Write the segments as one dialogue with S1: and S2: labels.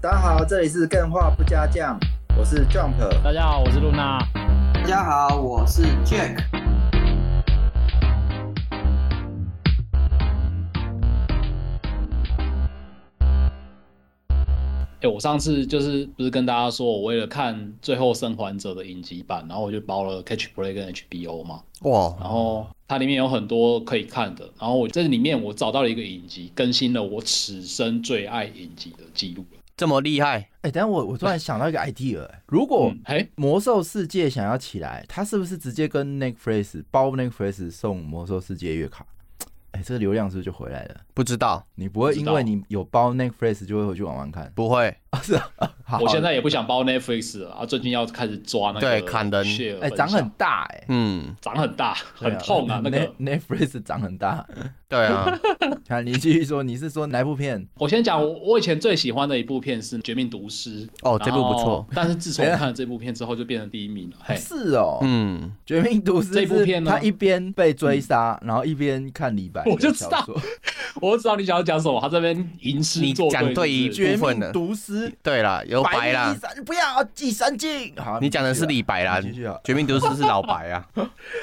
S1: 大家好，这里是更画不加酱，我是 Jump。
S2: 大家好，我是露娜。
S3: 大家好，我是 Jack。
S2: 哎、我上次就是不是跟大家说，我为了看《最后生还者》的影集版，然后我就包了 Catch Play 跟 HBO 嘛，
S4: 哇，
S2: 然后它里面有很多可以看的，然后我这里面我找到了一个影集，更新了我此生最爱影集的记录。
S4: 这么厉害！
S1: 哎、等一下我我突然想到一个 idea，、哎如
S3: 哦
S1: 果
S2: 嗯，哎、
S1: 魔兽世界想要起来，它是不是直接跟 Netflix 包 Netflix 送魔兽世界月卡？哎、这个流量是不是就回来了？
S4: 不知道，
S1: 你不会
S2: 不知
S1: 因
S2: 道
S1: 为你有包 Netflix 就会回去玩玩看？
S4: 不会，
S2: 哦
S1: 好，
S2: 我现在也不想包 Netflix 了啊，最近要开始抓那个
S4: 对砍人
S2: share
S1: 哎、
S2: 分
S1: 长很
S2: 享
S1: 大哎、
S4: 嗯，
S2: 长很大， 很痛啊，那个。
S1: Net- Netflix 长很大。
S4: 对啊，
S1: 看，你继续说，你是说哪部片？
S2: 我先讲，我我以前最喜欢的一部片是《绝命毒师》
S4: 哦，
S2: 然
S4: 这部不
S2: 后
S4: 错，，
S2: 但是自从
S1: 哎
S2: 看了这部片之后，就变成第一名了。嘿，
S1: 是哦，《
S4: 嗯，
S1: 绝命毒师》
S2: 这部
S1: 是
S2: 片呢
S1: 他一边被追杀，然后一边看李白的
S2: 我就
S1: 小
S2: 知道
S1: 说
S2: 我知道你想要讲什么，他这边吟诗
S4: 你
S2: 作
S4: 讲
S2: 对
S4: 对
S2: 是
S4: 一
S1: 《
S2: 不是
S1: 绝
S4: 部分
S1: 命
S4: 的
S1: 毒师》
S4: 对啦，有白
S1: 一
S4: 啦，
S1: 三不要记三进。好，
S2: 啊
S4: 你讲的是李白啦，
S1: 你继续啊
S4: 《绝命毒师》是老白 啊，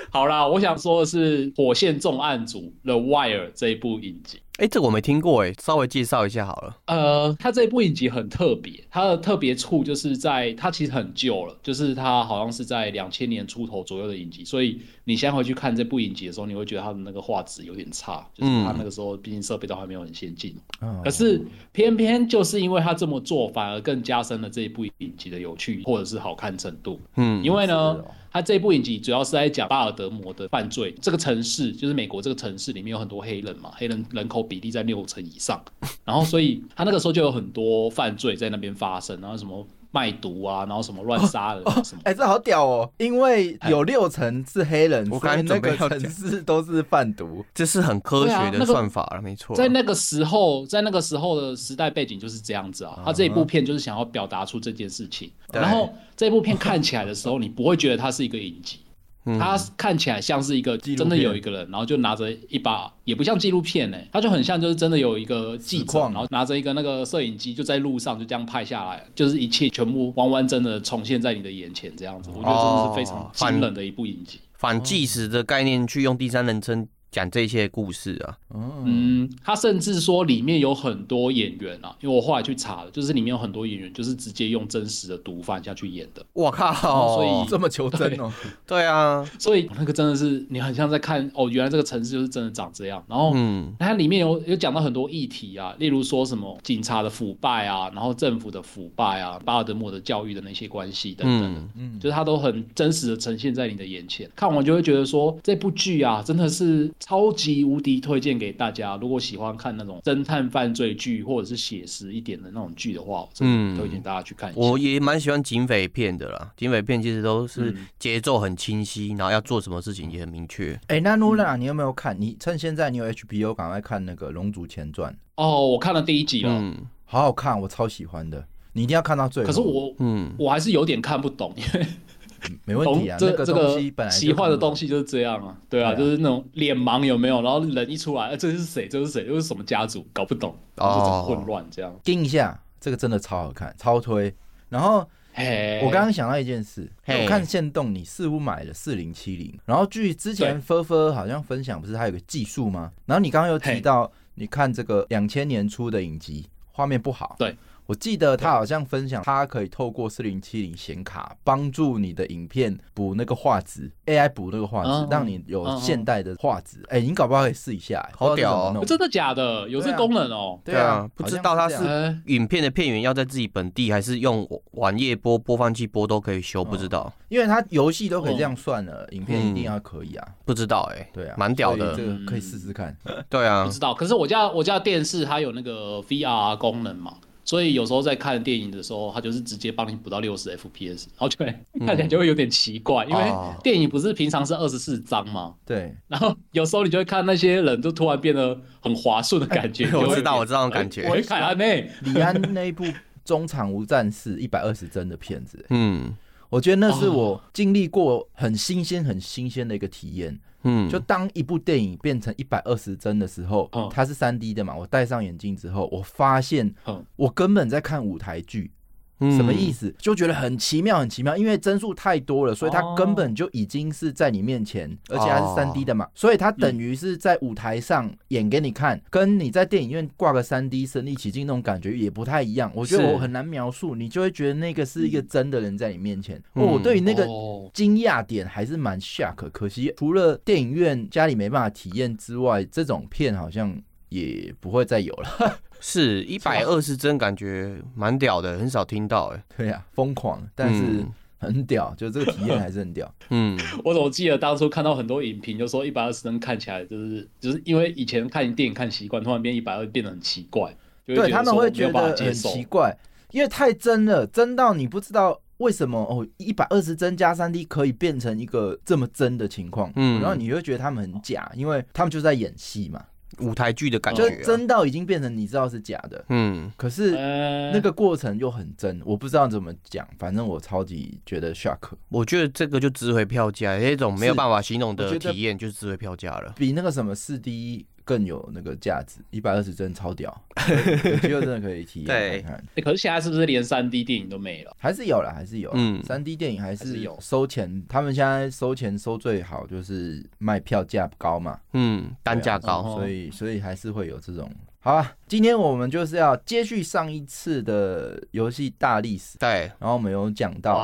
S2: 好啦，我想说的是《火线重案组》The Wire 这一部影集。
S4: 哎，这个我没听过哎，稍微介绍一下好了，
S2: 呃，它这一部影集很特别，它的特别处就是在它其实很旧了，就是它好像是在两千年出头左右的影集，所以你先回去看这部影集的时候，你会觉得它的那个画质有点差，就是它
S4: 嗯
S2: 那个时候毕竟设备都还没有很先进。
S1: 嗯
S2: 可是偏偏就是因为他这么做，反而更加深了这一部影集的有趣或者是好看程度。
S4: 嗯，
S2: 因为呢
S1: 是哦，
S2: 他这部影集主要是在讲巴尔德摩的犯罪。这个城市就是美国这个城市里面有很多黑人嘛，黑人人口比例在六成以上，然后所以他那个时候就有很多犯罪在那边发生，然后什么卖毒啊，然后什么乱杀人啊什么。
S1: 哎，这好屌哦！因为有六成是黑人，所
S4: 我
S1: 以
S4: 刚
S1: 那
S4: 准备
S1: 个
S4: 要
S1: 城
S4: 讲
S1: 市都是贩毒。
S4: 这是很科
S2: 对啊
S4: 学
S2: 那个
S4: 的算法了，没错，啊
S1: 啊
S2: 在那个时候，在那个时候的时代背景就是这样子啊。他这一部片就是想要表达出这件事情。
S4: 对
S2: 然后这部片看起来的时候，你不会觉得它是一个影集，
S4: 嗯
S2: 它看起来像是一个
S1: 纪录
S2: 真
S1: 片
S2: 的有一个人，然后就拿着一把，也不像纪录片呢、它就很像就是真的有一个记
S1: 实
S2: 者，
S1: 况
S2: 然后拿着一个那个摄影机就在路上就这样拍下来，就是一切全部完完整整的重现在你的眼前这样子。我觉得真的是非常
S4: 哦
S2: 惊人的一部影集。
S4: 反纪实的概念去用第三人称讲这些故事啊，
S1: 嗯，
S2: 嗯，他甚至说里面有很多演员啊，因为我后来去查了，就是里面有很多演员就是直接用真实的毒贩下去演的，
S4: 我靠，
S2: 哦所以
S1: 哦这么求真哦，
S4: 对啊，
S2: 所以哦那个真的是你很像在看哦，原来这个城市就是真的长这样。然后
S4: 嗯，
S2: 它里面有有讲到很多议题啊，例如说什么警察的腐败啊，然后政府的腐败啊，巴尔的摩的教育的那些关系等等的。
S4: 嗯
S1: 嗯，
S2: 就是它都很真实的呈现在你的眼前，看完就会觉得说这部剧啊，真的是超级无敌推荐给大家。如果喜欢看那种侦探犯罪剧或者是写实一点的那种剧的话，我真的推荐大家去看一下。
S4: 嗯我也蛮喜欢警匪片的啦，警匪片其实都是
S2: 嗯
S4: 节奏很清晰，然后要做什么事情也很明确。
S1: 哎，那露娜，你有没有看？你趁现在你有 HBO，赶快看那个《龙族前传》，
S2: 哦，我看了第一集了，
S4: 嗯
S1: 好好看，我超喜欢的。你一定要看到最后。
S2: 可是我
S4: 嗯，
S2: 我还是有点看不懂，因为
S1: 哦没问
S2: 懂
S1: 题啊，
S2: 这、
S1: 那个
S2: 这
S1: 东西本来就
S2: 奇幻
S1: 看
S2: 的
S1: 不懂
S2: 东西就是这样啊，对
S1: 对
S2: 啊，
S1: 啊
S2: 就是那种脸盲有没有？然后人一出来，呃这是谁？这是谁？这是什么家族？搞不懂，然后就整个混乱这样。
S1: 盯一下，这个真的超好看，超推。然后
S2: 嘿，
S1: 我刚刚想到一件事，
S4: 嘿
S1: 我看线动，你似乎买了四零七零，然后据之前菲菲好像分享，不是它有个技术吗？然后你刚刚有提到，你看这个两千年初的影集，画面不好，
S2: 对。
S1: 我记得他好像分享，它可以透过四零七零显卡帮助你的影片补那个画质，AI 补那个画质，
S2: 嗯
S1: 让你有
S2: 嗯
S1: 现代的画质。哎、你搞不好可以试一下、哎
S4: 好屌哦
S1: 不知道
S2: 真的假的？有这
S1: 对啊
S2: 功能哦？
S1: 这怎么弄对啊
S4: 啊，，不知道它
S1: 好像这样
S4: 是
S2: 哎
S4: 影片的片源要在自己本地，还是用网页播播放器播都可以修，不知道，
S1: 因为它游戏都可以
S2: 嗯
S1: 这样算了，影片一定要可以啊，
S4: 不知道哎，
S1: 对啊，
S4: 蛮屌的
S1: 所以这个可以试试看。
S4: 对啊
S2: 不，知道，可是我家我家电视它有那个 VR 功能嘛，所以有时候在看电影的时候，它就是直接帮你补到六十 FPS，然后就会
S4: 嗯
S2: 看起来就会有点奇怪，因为
S4: 哦
S2: 电影不是平常是二十四张嘛，
S1: 对，
S2: 然后有时候你就会看那些人就突然变得很滑顺的感觉，就会
S4: 我知道，我知道那种感
S2: 我
S4: 觉，
S2: 会看啊那
S1: 李安那一部《中场无战事》一百二十帧的片子，
S4: 嗯
S1: 我觉得那是我经历过很新鲜、很新鲜的一个体验。
S4: 嗯，
S1: 就当一部电影变成一百二十帧的时候
S2: 嗯，
S1: 它是三 D 的嘛。我戴上眼镜之后，我发现
S2: 嗯
S1: 我根本在看舞台剧，
S4: 嗯
S1: 什么意？思？就觉得很奇妙，很奇妙，因为帧数太多了，所以它
S2: 哦
S1: 根本就已经是在你面前，而且它
S4: 哦
S1: 是三 D 的嘛，所以它等于是在舞台上演给你看，跟你在电影院挂个三 D 身临其境那种感觉也不太一样。我觉得
S2: 是
S1: 我很难描述，你就会觉得那个是一个真的人在你面前。
S4: 嗯
S1: 哦我对于那个
S2: 哦
S1: 惊讶点还是蛮 shock，可惜除了电影院家里没办法体验之外，这种片好像也不会再有了。
S4: 是一百二十帧，感觉蛮屌的，很少听到哎。
S1: 对呀、疯狂，但是
S4: 嗯
S1: 很屌，就这个体验还是很屌。
S4: 嗯，
S2: 我怎么记得当初看到很多影评，就说一百二十帧看起来就是就是因为以前看电影看习惯，突然变一百二变得很奇怪，就
S1: 对
S2: 觉
S1: 他们
S2: 说
S1: 会
S2: 没有
S1: 觉
S2: 办法
S1: 得
S2: 接
S1: 很
S2: 受。
S1: 奇怪，因为太真了，真到你不知道为什么哦，一百二十帧加三 D 可以变成一个这么真的情况，
S4: 嗯
S1: 然后你会觉得他们很假，因为他们就在演戏嘛，
S4: 舞台剧
S2: 哦
S4: 的感觉
S1: 就
S4: 啊
S1: 是。真到已经变成你知道是假的，
S4: 嗯，
S1: 可是
S2: 呃，
S1: 那个过程又很真，我不知道怎么讲，反正我超级觉得 shock，
S4: 我觉得这个就值回票价，那种没有
S1: 是
S4: 办法形容的
S1: 我觉得
S4: 体验就是值回票价了。
S1: 比那个什么四 D 更有那个价值，一百二十帧超 屌，有机会真的可以体
S4: 对
S1: 验看看。
S2: 欸可是现在是不是连三 D 电影都没了？
S1: 还是有啦，还是有啦。
S4: 嗯
S1: 三 D 电影还
S2: 还是
S1: 是
S2: 有
S1: 收钱，他们现在收钱收最好就是卖票价高嘛，
S4: 嗯，单价
S1: 对啊
S4: 高。
S2: 哦
S1: 所以所以还是会有这种。好啊，今天我们就是要接续上一次的游戏大历史，
S4: 对，啊
S1: 然后我们有讲到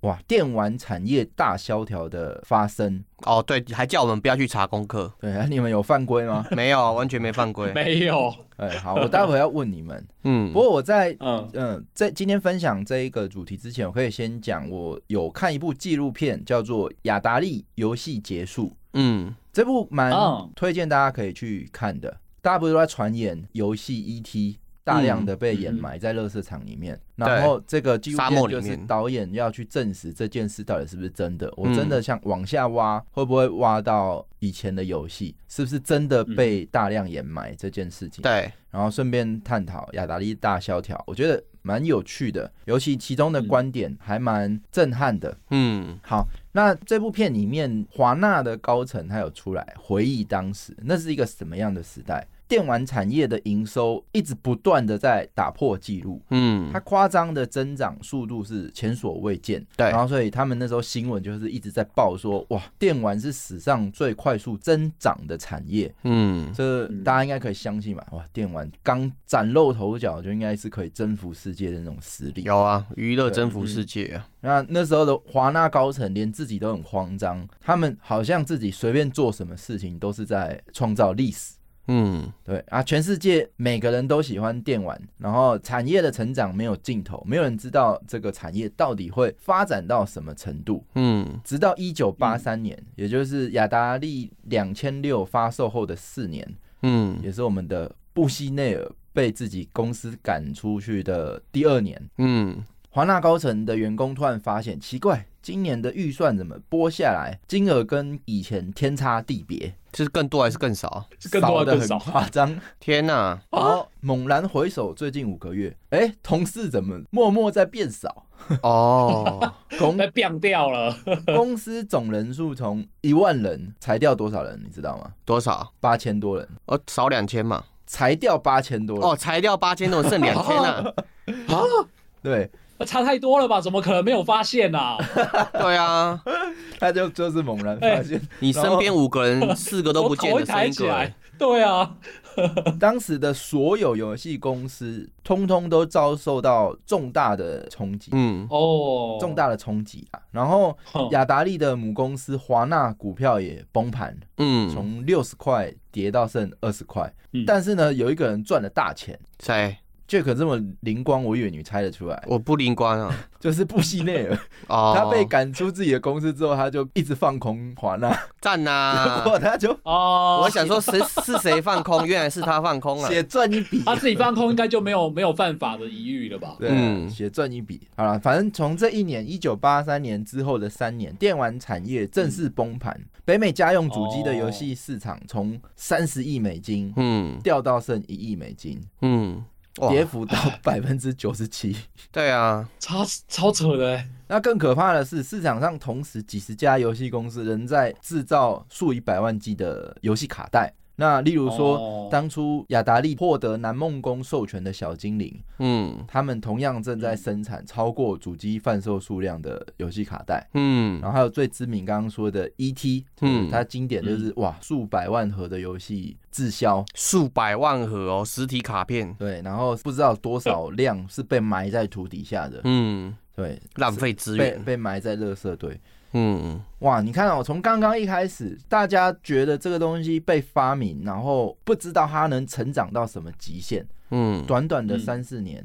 S2: 哇，
S1: 哇，电玩产业大萧条的发生。
S4: 哦对，还叫我们不要去查功 课，？
S1: 对， 啊你们有犯规吗
S4: 没有，完全没犯规。
S2: 没有，
S1: 哎，好，我待会要问你们。
S4: 嗯
S1: 不，过我在
S2: 嗯，
S1: 嗯，在今天分享这一个主题之前，我可以先讲，我有看一部纪录片，叫做《雅达利游戏结束》，
S4: 嗯，
S1: 这部蛮
S2: 嗯
S1: 推荐大家可以去看的。大家不是都在传言游戏 ET 大量的被掩埋在垃圾场里面，
S4: 对
S1: 然后这个纪录
S4: 沙漠
S1: 片
S4: 里
S1: 就是
S4: 面
S1: 导演要去证实这件事到底是不是真的。我
S4: 嗯
S1: 真的想往下挖，会不会挖到以前的游戏是不是真的被大量掩埋这件事情？
S4: 嗯对，
S1: 然后顺便探讨雅达利大萧条，我觉得蛮有趣的，尤其其中的观点还蛮震撼的。
S4: 嗯
S1: 好，那这部片里面华纳的高层他有出来回忆当时那是一个什么样的时代？电玩产业的营收一直不断的在打破纪录，
S4: 嗯
S1: 它，夸张的增长速度是前所未见。
S4: 对
S1: 然后所以他们那时候新闻就是一直在报说，哇，电玩是史上最快速增长的产业。
S4: 嗯，
S1: 这大家应该可以相信吧？哇，电玩刚崭露头角就应该是可以征服世界的那种实力。
S4: 有啊，娱乐征
S2: 嗯
S4: 服世界啊，
S1: 那那时候的华纳高层连自己都很慌张，他们好像自己随便做什么事情都是在创造历史。
S4: 嗯，
S1: 对啊，全世界每个人都喜欢电玩，然后产业的成长没有尽头，没有人知道这个产业到底会发展到什么程度。
S4: 嗯，
S1: 直到一九八三年，也就是雅达利两千六发售后的四年，
S4: 嗯，
S1: 也是我们的布希内尔被自己公司赶出去的第二年，
S4: 嗯，
S1: 华纳高层的员工突然发现，奇怪，今年的预算怎么拨下来，金额跟以前天差地别，
S4: 是更多还是更少？
S2: 是更多还啊
S1: 的
S2: 是
S1: 很
S2: 更少？啊
S1: 夸张。
S4: 天哪、
S1: 然后猛然回首最近五个月，哎，同事怎么默默在变少？
S4: 哦，
S1: 公
S2: 被变掉了，
S1: 公司总人数从一万人裁掉多少人，你知道吗？
S4: 多少？
S1: 八千多人，
S4: 哦，少两千嘛。
S1: 裁掉八千多人。
S4: 哦，裁掉八千多，剩两千啊 了。
S1: 对，
S2: 差太多了吧？怎么可能没有发现呐、啊？
S4: 对啊，
S1: 他就就是猛然发现，
S2: 哎
S4: 你身边五个人，四个都不见
S2: 我
S4: 了，
S2: 头一抬
S4: 剩一
S2: 起
S4: 个
S2: 来
S4: 人。，
S2: 对啊，
S1: 当时的所有游戏公司，通通都遭受到重大的冲击，
S4: 嗯，
S2: 哦，
S1: 重大的冲击啊！然后
S2: 哼，
S1: 雅达利的母公司华纳股票也崩盘，
S4: 嗯，
S1: 从六十块跌到剩二十块
S2: 嗯。
S1: 但是呢，有一个人赚了大钱。
S4: 谁？
S1: Jack 这么灵光，我以为你猜得出来，
S4: 我不灵 光啊。
S1: 就是布希内尔，
S4: 哦，
S1: 他被赶出自己的公司之后，他就一直放空华纳，
S4: 赞 呐
S1: 结。果他就
S2: 哦，
S4: 我想说谁是谁放空，原来是他 放空了。啊
S1: 血赚一笔，
S2: 他自己放空，应该就没有没有犯法的疑虑了吧？
S1: 对、
S4: 嗯
S1: 啊，血赚一笔。好了，反正从这一年一九八三年之后的三年，电玩产业正式崩盘，
S4: 嗯
S1: 北美家用主机
S4: 哦
S1: 的游戏市场从三十亿美金
S4: 嗯
S1: 掉到剩一亿美金。
S4: 嗯，哇
S1: 跌幅 到百分之九十七。
S4: 对啊，
S2: 超超扯的、欸，
S1: 那更可怕的是，市场上同时几十家游戏公司仍在制造数以百万计的游戏卡带。那例如说，
S2: 哦
S1: 当初雅达利获得南梦宫授权的小精灵，
S4: 嗯
S1: 他们同样正在生产超过主机贩售数量的游戏卡带。
S4: 嗯
S1: 然后还有最知名刚刚说的 E.T.，嗯，
S4: 嗯
S1: 它经典就是哇数百万盒的游戏滞销，
S4: 数百万盒哦，实体卡片，
S1: 对，然后不知道多少量是被埋在土底下的，
S4: 嗯，
S1: 对，
S4: 浪费资
S1: 被
S4: 源，
S1: 被埋在垃圾堆。
S4: 嗯
S1: 哇，你看哦，从刚刚一开始，大家觉得这个东西被发明，然后不知道它能成长到什么极限，
S4: 嗯，
S1: 短短的
S2: 嗯
S1: 三四年，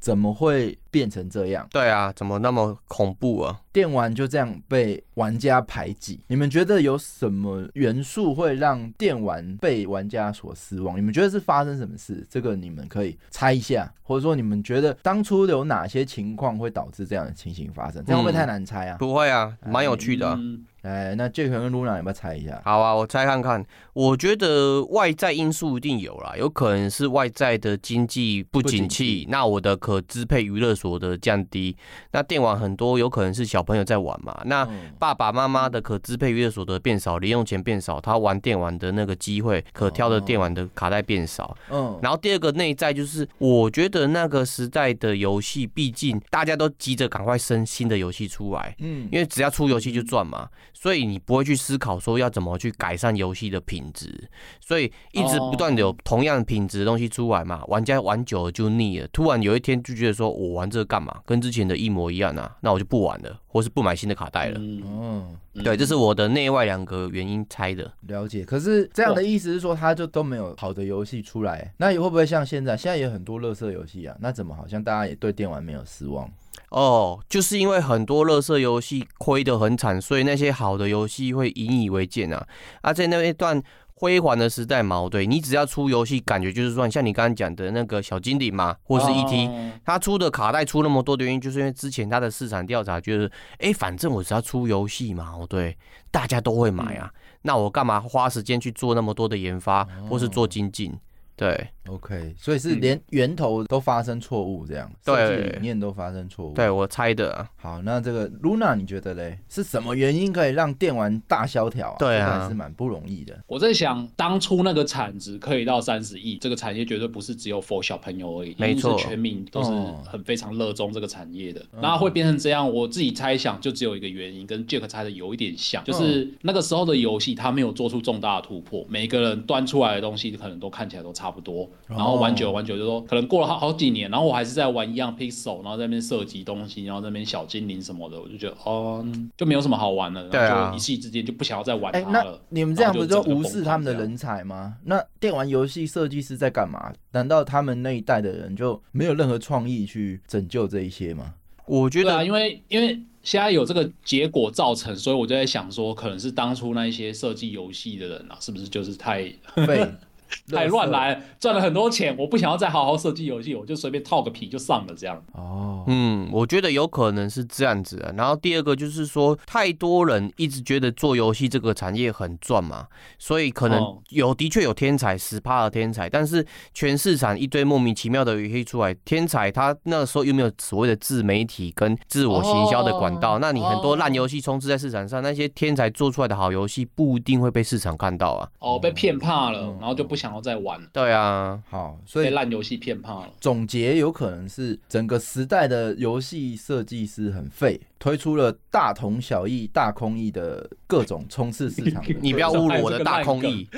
S1: 怎么会变成这样？
S4: 对啊，怎么那么恐怖啊？
S1: 电玩就这样被玩家排挤。你们觉得有什么元素会让电玩被玩家所失望？你们觉得是发生什么事？这个你们可以猜一下，或者说你们觉得当初有哪些情况会导致这样的情形发生？这样
S4: 嗯
S1: 会不会太难猜啊？
S4: 不会啊，蛮有趣的啊、
S2: 嗯
S1: 哎，那 Jack 跟 Luna 要不要猜一下？
S4: 好啊，我猜看看。我觉得外在因素一定有啦，有可能是外在的经济不景
S1: 不景气
S4: 气，那我的可支配娱乐所得降低，那电玩很多有可能是小朋友在玩嘛，那
S1: 嗯
S4: 爸爸妈妈的可支配娱乐所得变少，零用钱变少，他玩电玩的那个机会，可挑的电玩的卡带变少。
S1: 嗯，
S4: 然后第二个内在就是，我觉得那个时代的游戏，毕竟大家都急着赶快生新的游戏出来，
S1: 嗯，
S4: 因为只要出游戏就赚嘛，所以你不会去思考说要怎么去改善游戏的品质，所以一直不断的有同样品质的东西出来嘛，玩家玩久了就腻了，突然有一天就觉得说我玩这个干嘛，跟之前的一模一样啊，那我就不玩了，或是不买新的卡带了。
S2: 嗯
S1: 哦，
S2: 嗯
S4: 对，这是我的内外两个原因猜的。
S1: 了解。可是这样的意思是说，他就都没有好的游戏出来，那会不会像现在？现在也很多乐色游戏啊，那怎么好像大家也对电玩没有失望？
S4: 哦，就是因为很多乐色游戏亏得很惨，所以那些好的游戏会引以为戒啊。啊，在那一段辉煌的时代嘛，哦对你只要出游戏，感觉就是说，像你刚刚讲的那个小精灵嘛，或是 ET，、
S2: 哦
S4: 他出的卡带出那么多的原因，就是因为之前他的市场调查觉得，哎、反正我只要出游戏嘛，哦对，大家都会买
S2: 嗯
S4: 啊，那我干嘛花时间去做那么多的研发，或是
S2: 哦
S4: 做精进？对
S1: OK，所以嗯是连源头都发生错误，这样
S4: 对
S1: 设计理念都发生错误。
S4: 对，，我猜的、啊。
S1: 好，那这个 Luna 你觉得嘞，是什么原因可以让电玩大萧条啊？
S4: 对啊
S1: 这个还是蛮不容易的。
S2: 我在想，当初那个产值可以到三十亿，这个产业绝对不是只有 for 小朋友而已，
S4: 没错
S2: 一定是全民都是
S1: 哦
S2: 很非常热衷这个产业的。那会变成这样，我自己猜想就只有一个原因，跟 Jack 猜的有一点像，就是那个时候的游戏它没有做出重大的突破，每个人端出来的东西可能都看起来都差不多，然后玩久了玩久就说，可能过了好好几年，然后我还是在玩一样 pixel，然后在那边射击东西，然后在那边小精灵什么的，我就觉得哦，嗯就没有什么好玩的，
S4: 对啊
S2: 然后就一夕之间就不想要再玩它
S1: 哎、
S2: 了。
S1: 那你们这样不是就
S2: 然后就整
S1: 无
S2: 个
S1: 视他们的
S2: 崩
S1: 人才吗？那电玩游戏设计师在干嘛？难道他们那一代的人就没有任何创意去拯救这一些吗？
S4: 我觉
S2: 对
S4: 得
S2: 啊，因为因为现在有这个结果造成，所以我就在想说，可能是当初那一些设计游戏的人啊，是不是就是太
S1: 废，
S2: 太乱
S1: 垃圾
S2: 来，赚了很多钱，我不想要再好好设计游戏，我就随便套个皮就上了这样。
S1: 哦。
S4: 嗯，我觉得有可能是这样子、啊。然后第二个就是说，太多人一直觉得做游戏这个产业很赚嘛，所以可能
S2: 哦
S4: 有、的确有天才十趴的天才，但是全市场一堆莫名其妙的游戏出来，天才他那时候又没有所谓的自媒体跟自我行销的管道，
S2: 哦
S4: 那你很多烂游戏充斥在市场上，那些天才做出来的好游戏不一定会被市场看到啊。
S2: 哦，被骗怕了，
S1: 嗯
S2: 然后就不想要再玩了，
S4: 对啊，
S1: 好，所
S2: 被
S1: 以
S2: 烂游戏骗怕了。
S1: 总结有可能是整个时代的游戏设计师很废，推出了大同小异、大空异的各种冲刺市场的，
S4: 你不要侮辱我的大空翼，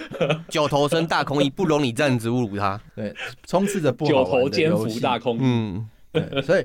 S4: 九头身大空翼，不容你这样子侮辱他。
S1: 对冲刺着不好
S2: 九
S1: 玩
S2: 头
S1: 的
S2: 肩
S1: 游
S2: 负
S1: 戏。
S2: 大空，
S4: 嗯。
S1: 对，所以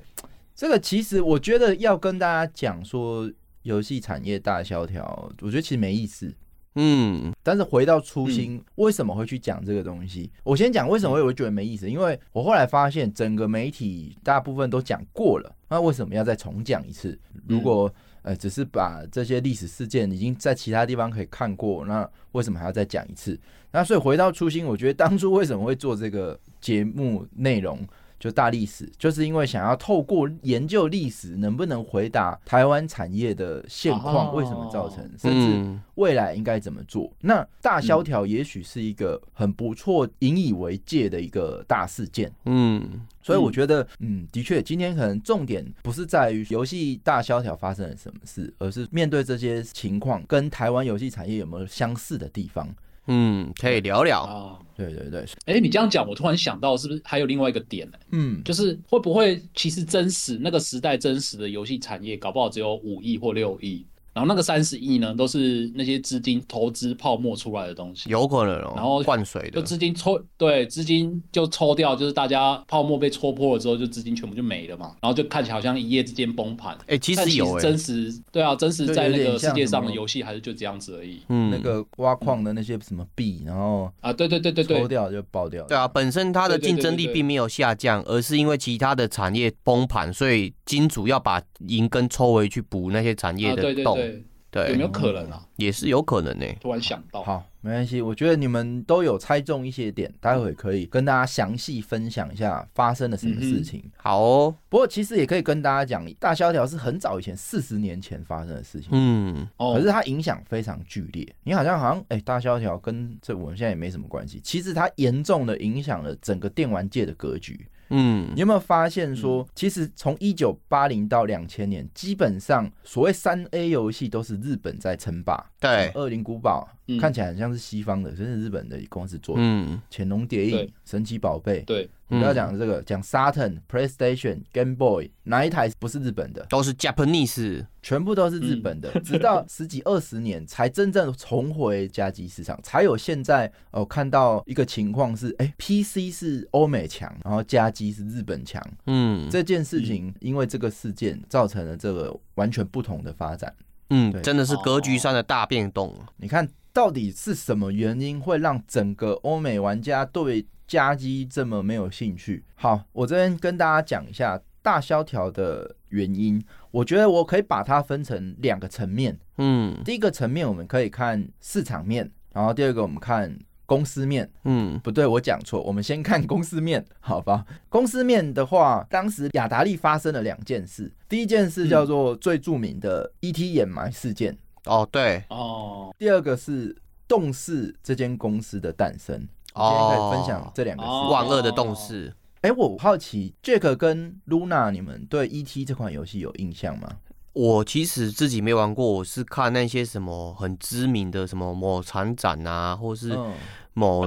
S1: 这个其实我觉得要跟大家讲说游戏产业大萧条，我觉得其实没意思。
S4: 嗯，
S1: 但是回到初心，为什么会去讲这个东西？我先讲为什么我会觉得没意思，因为我后来发现整个媒体大部分都讲过了，那为什么要再重讲一次？如果呃只是把这些历史事件已经在其他地方可以看过，那为什么还要再讲一次？那所以回到初心，我觉得当初为什么会做这个节目内容？就大历史，就是因为想要透过研究历史，能不能回答台湾产业的现况
S2: 哦
S1: 为什么造成，甚至
S4: 嗯，
S1: 未来应该怎么做。那大萧条也许是一个很不错、引以为戒的一个大事件。
S4: 嗯，
S1: 所以我觉得，嗯，的确，今天可能重点不是在于游戏大萧条发生了什么事，而是面对这些情况跟台湾游戏产业有没有相似的地方。
S4: 嗯，可以聊聊。
S2: 啊。
S1: 对对对，
S2: 哎、你这样讲，我突然想到，是不是还有另外一个点呢、
S1: 嗯，
S2: 就是会不会其实真实那个时代真实的游戏产业，搞不好只有五亿或六亿，然后那个三十亿呢，都是那些资金投资泡沫出来的东西。
S4: 有可能哦，
S2: 然后
S4: 灌水
S2: 就
S4: 的，
S2: 资金抽对资金就抽掉，就是大家泡沫被戳破了之后，就资金全部就没了嘛，然后就看起来好像一夜之间崩盘。
S4: 哎，其
S2: 但
S4: 实有哎
S2: 真，实对啊，真实
S1: 就
S2: 在
S1: 有
S2: 那
S1: 点
S2: 个世
S1: 像
S2: 界
S1: 什
S2: 上的
S1: 么
S2: 游戏还是就这样子而已
S4: 嗯
S1: 那个挖矿的那些什么币，然后
S2: 啊。对对对对
S1: 抽
S2: 对，
S1: 掉就爆掉。
S4: 对啊，，本身它的
S2: 对对对
S4: 竞争力
S2: 对对
S4: 并没有下降，而是因为其他的产业崩盘，所以金主要把银根抽回去补那些产业
S2: 啊对
S4: 的
S2: 对
S4: 洞，
S2: 对，有没
S4: 对，嗯
S2: 有可能啊？
S4: 也是有可能呢。
S2: 突然想到，
S1: 好，没关系，我觉得你们都有猜中一些点，待会可以跟大家详细分享一下发生了
S4: 嗯
S1: 什么事情。
S4: 好哦，
S1: 不过其实也可以跟大家讲，大萧条是很早以前，四十年前发生的事情。
S4: 嗯，
S2: 哦，
S1: 可是它影响非常剧烈，你好像好像哎、大萧条跟这我们现在也没什么关系。其实它严重的影响了整个电玩界的格局。
S4: 嗯
S1: 你，有没有发现说，其实从一九八零到两千年，基本上所谓三 A 游戏都是日本在称霸。
S4: 对，
S1: 恶灵古堡、
S2: 嗯
S1: 看起来很像是西方的，可是日本的公司做的。
S4: 嗯，
S1: 潜龙谍影
S2: 对、
S1: 神奇宝贝，
S2: 对，
S1: 你不要讲这个，讲 Saturn、PlayStation、Game Boy 哪一台不是日本的？
S4: 都是 Japanese，
S1: 全部都是日本的，直到十几二十年才真正重回家机市场，才有现在哦、呃看到一个情况是，哎、p c 是欧美强，然后家机是日本强，
S4: 嗯
S1: 这件事情因为这个事件造成了这个完全不同的发展。对
S4: 嗯，真的是格局上的大变动。
S1: 你看到底是什么原因会让整个欧美玩家对家机这么没有兴趣？好，我这边跟大家讲一下大萧条的原因。我觉得我可以把它分成两个层面，
S4: 嗯
S1: 第一个层面我们可以看市场面，然后第二个我们看。公司面
S4: 嗯
S1: 不对，我讲错。我们先看公司面，好吧？公司面的话，当时雅达利发生了两件事。第一件事叫做最著名的 ET 掩埋事件，
S4: 哦，对，
S2: 哦，
S1: 第二个是动视这间公司的诞生。我今天可以分享
S4: 哦，
S1: 这两个事。
S2: 哦
S4: 万恶的动势，
S1: 哎、我好奇 Jack 跟 Luna，你们对 ET 这款游戏有印象吗？
S4: 我其实自己没玩过，我是看那些什么很知名的什么某厂展啊，或是
S1: 嗯，
S4: 某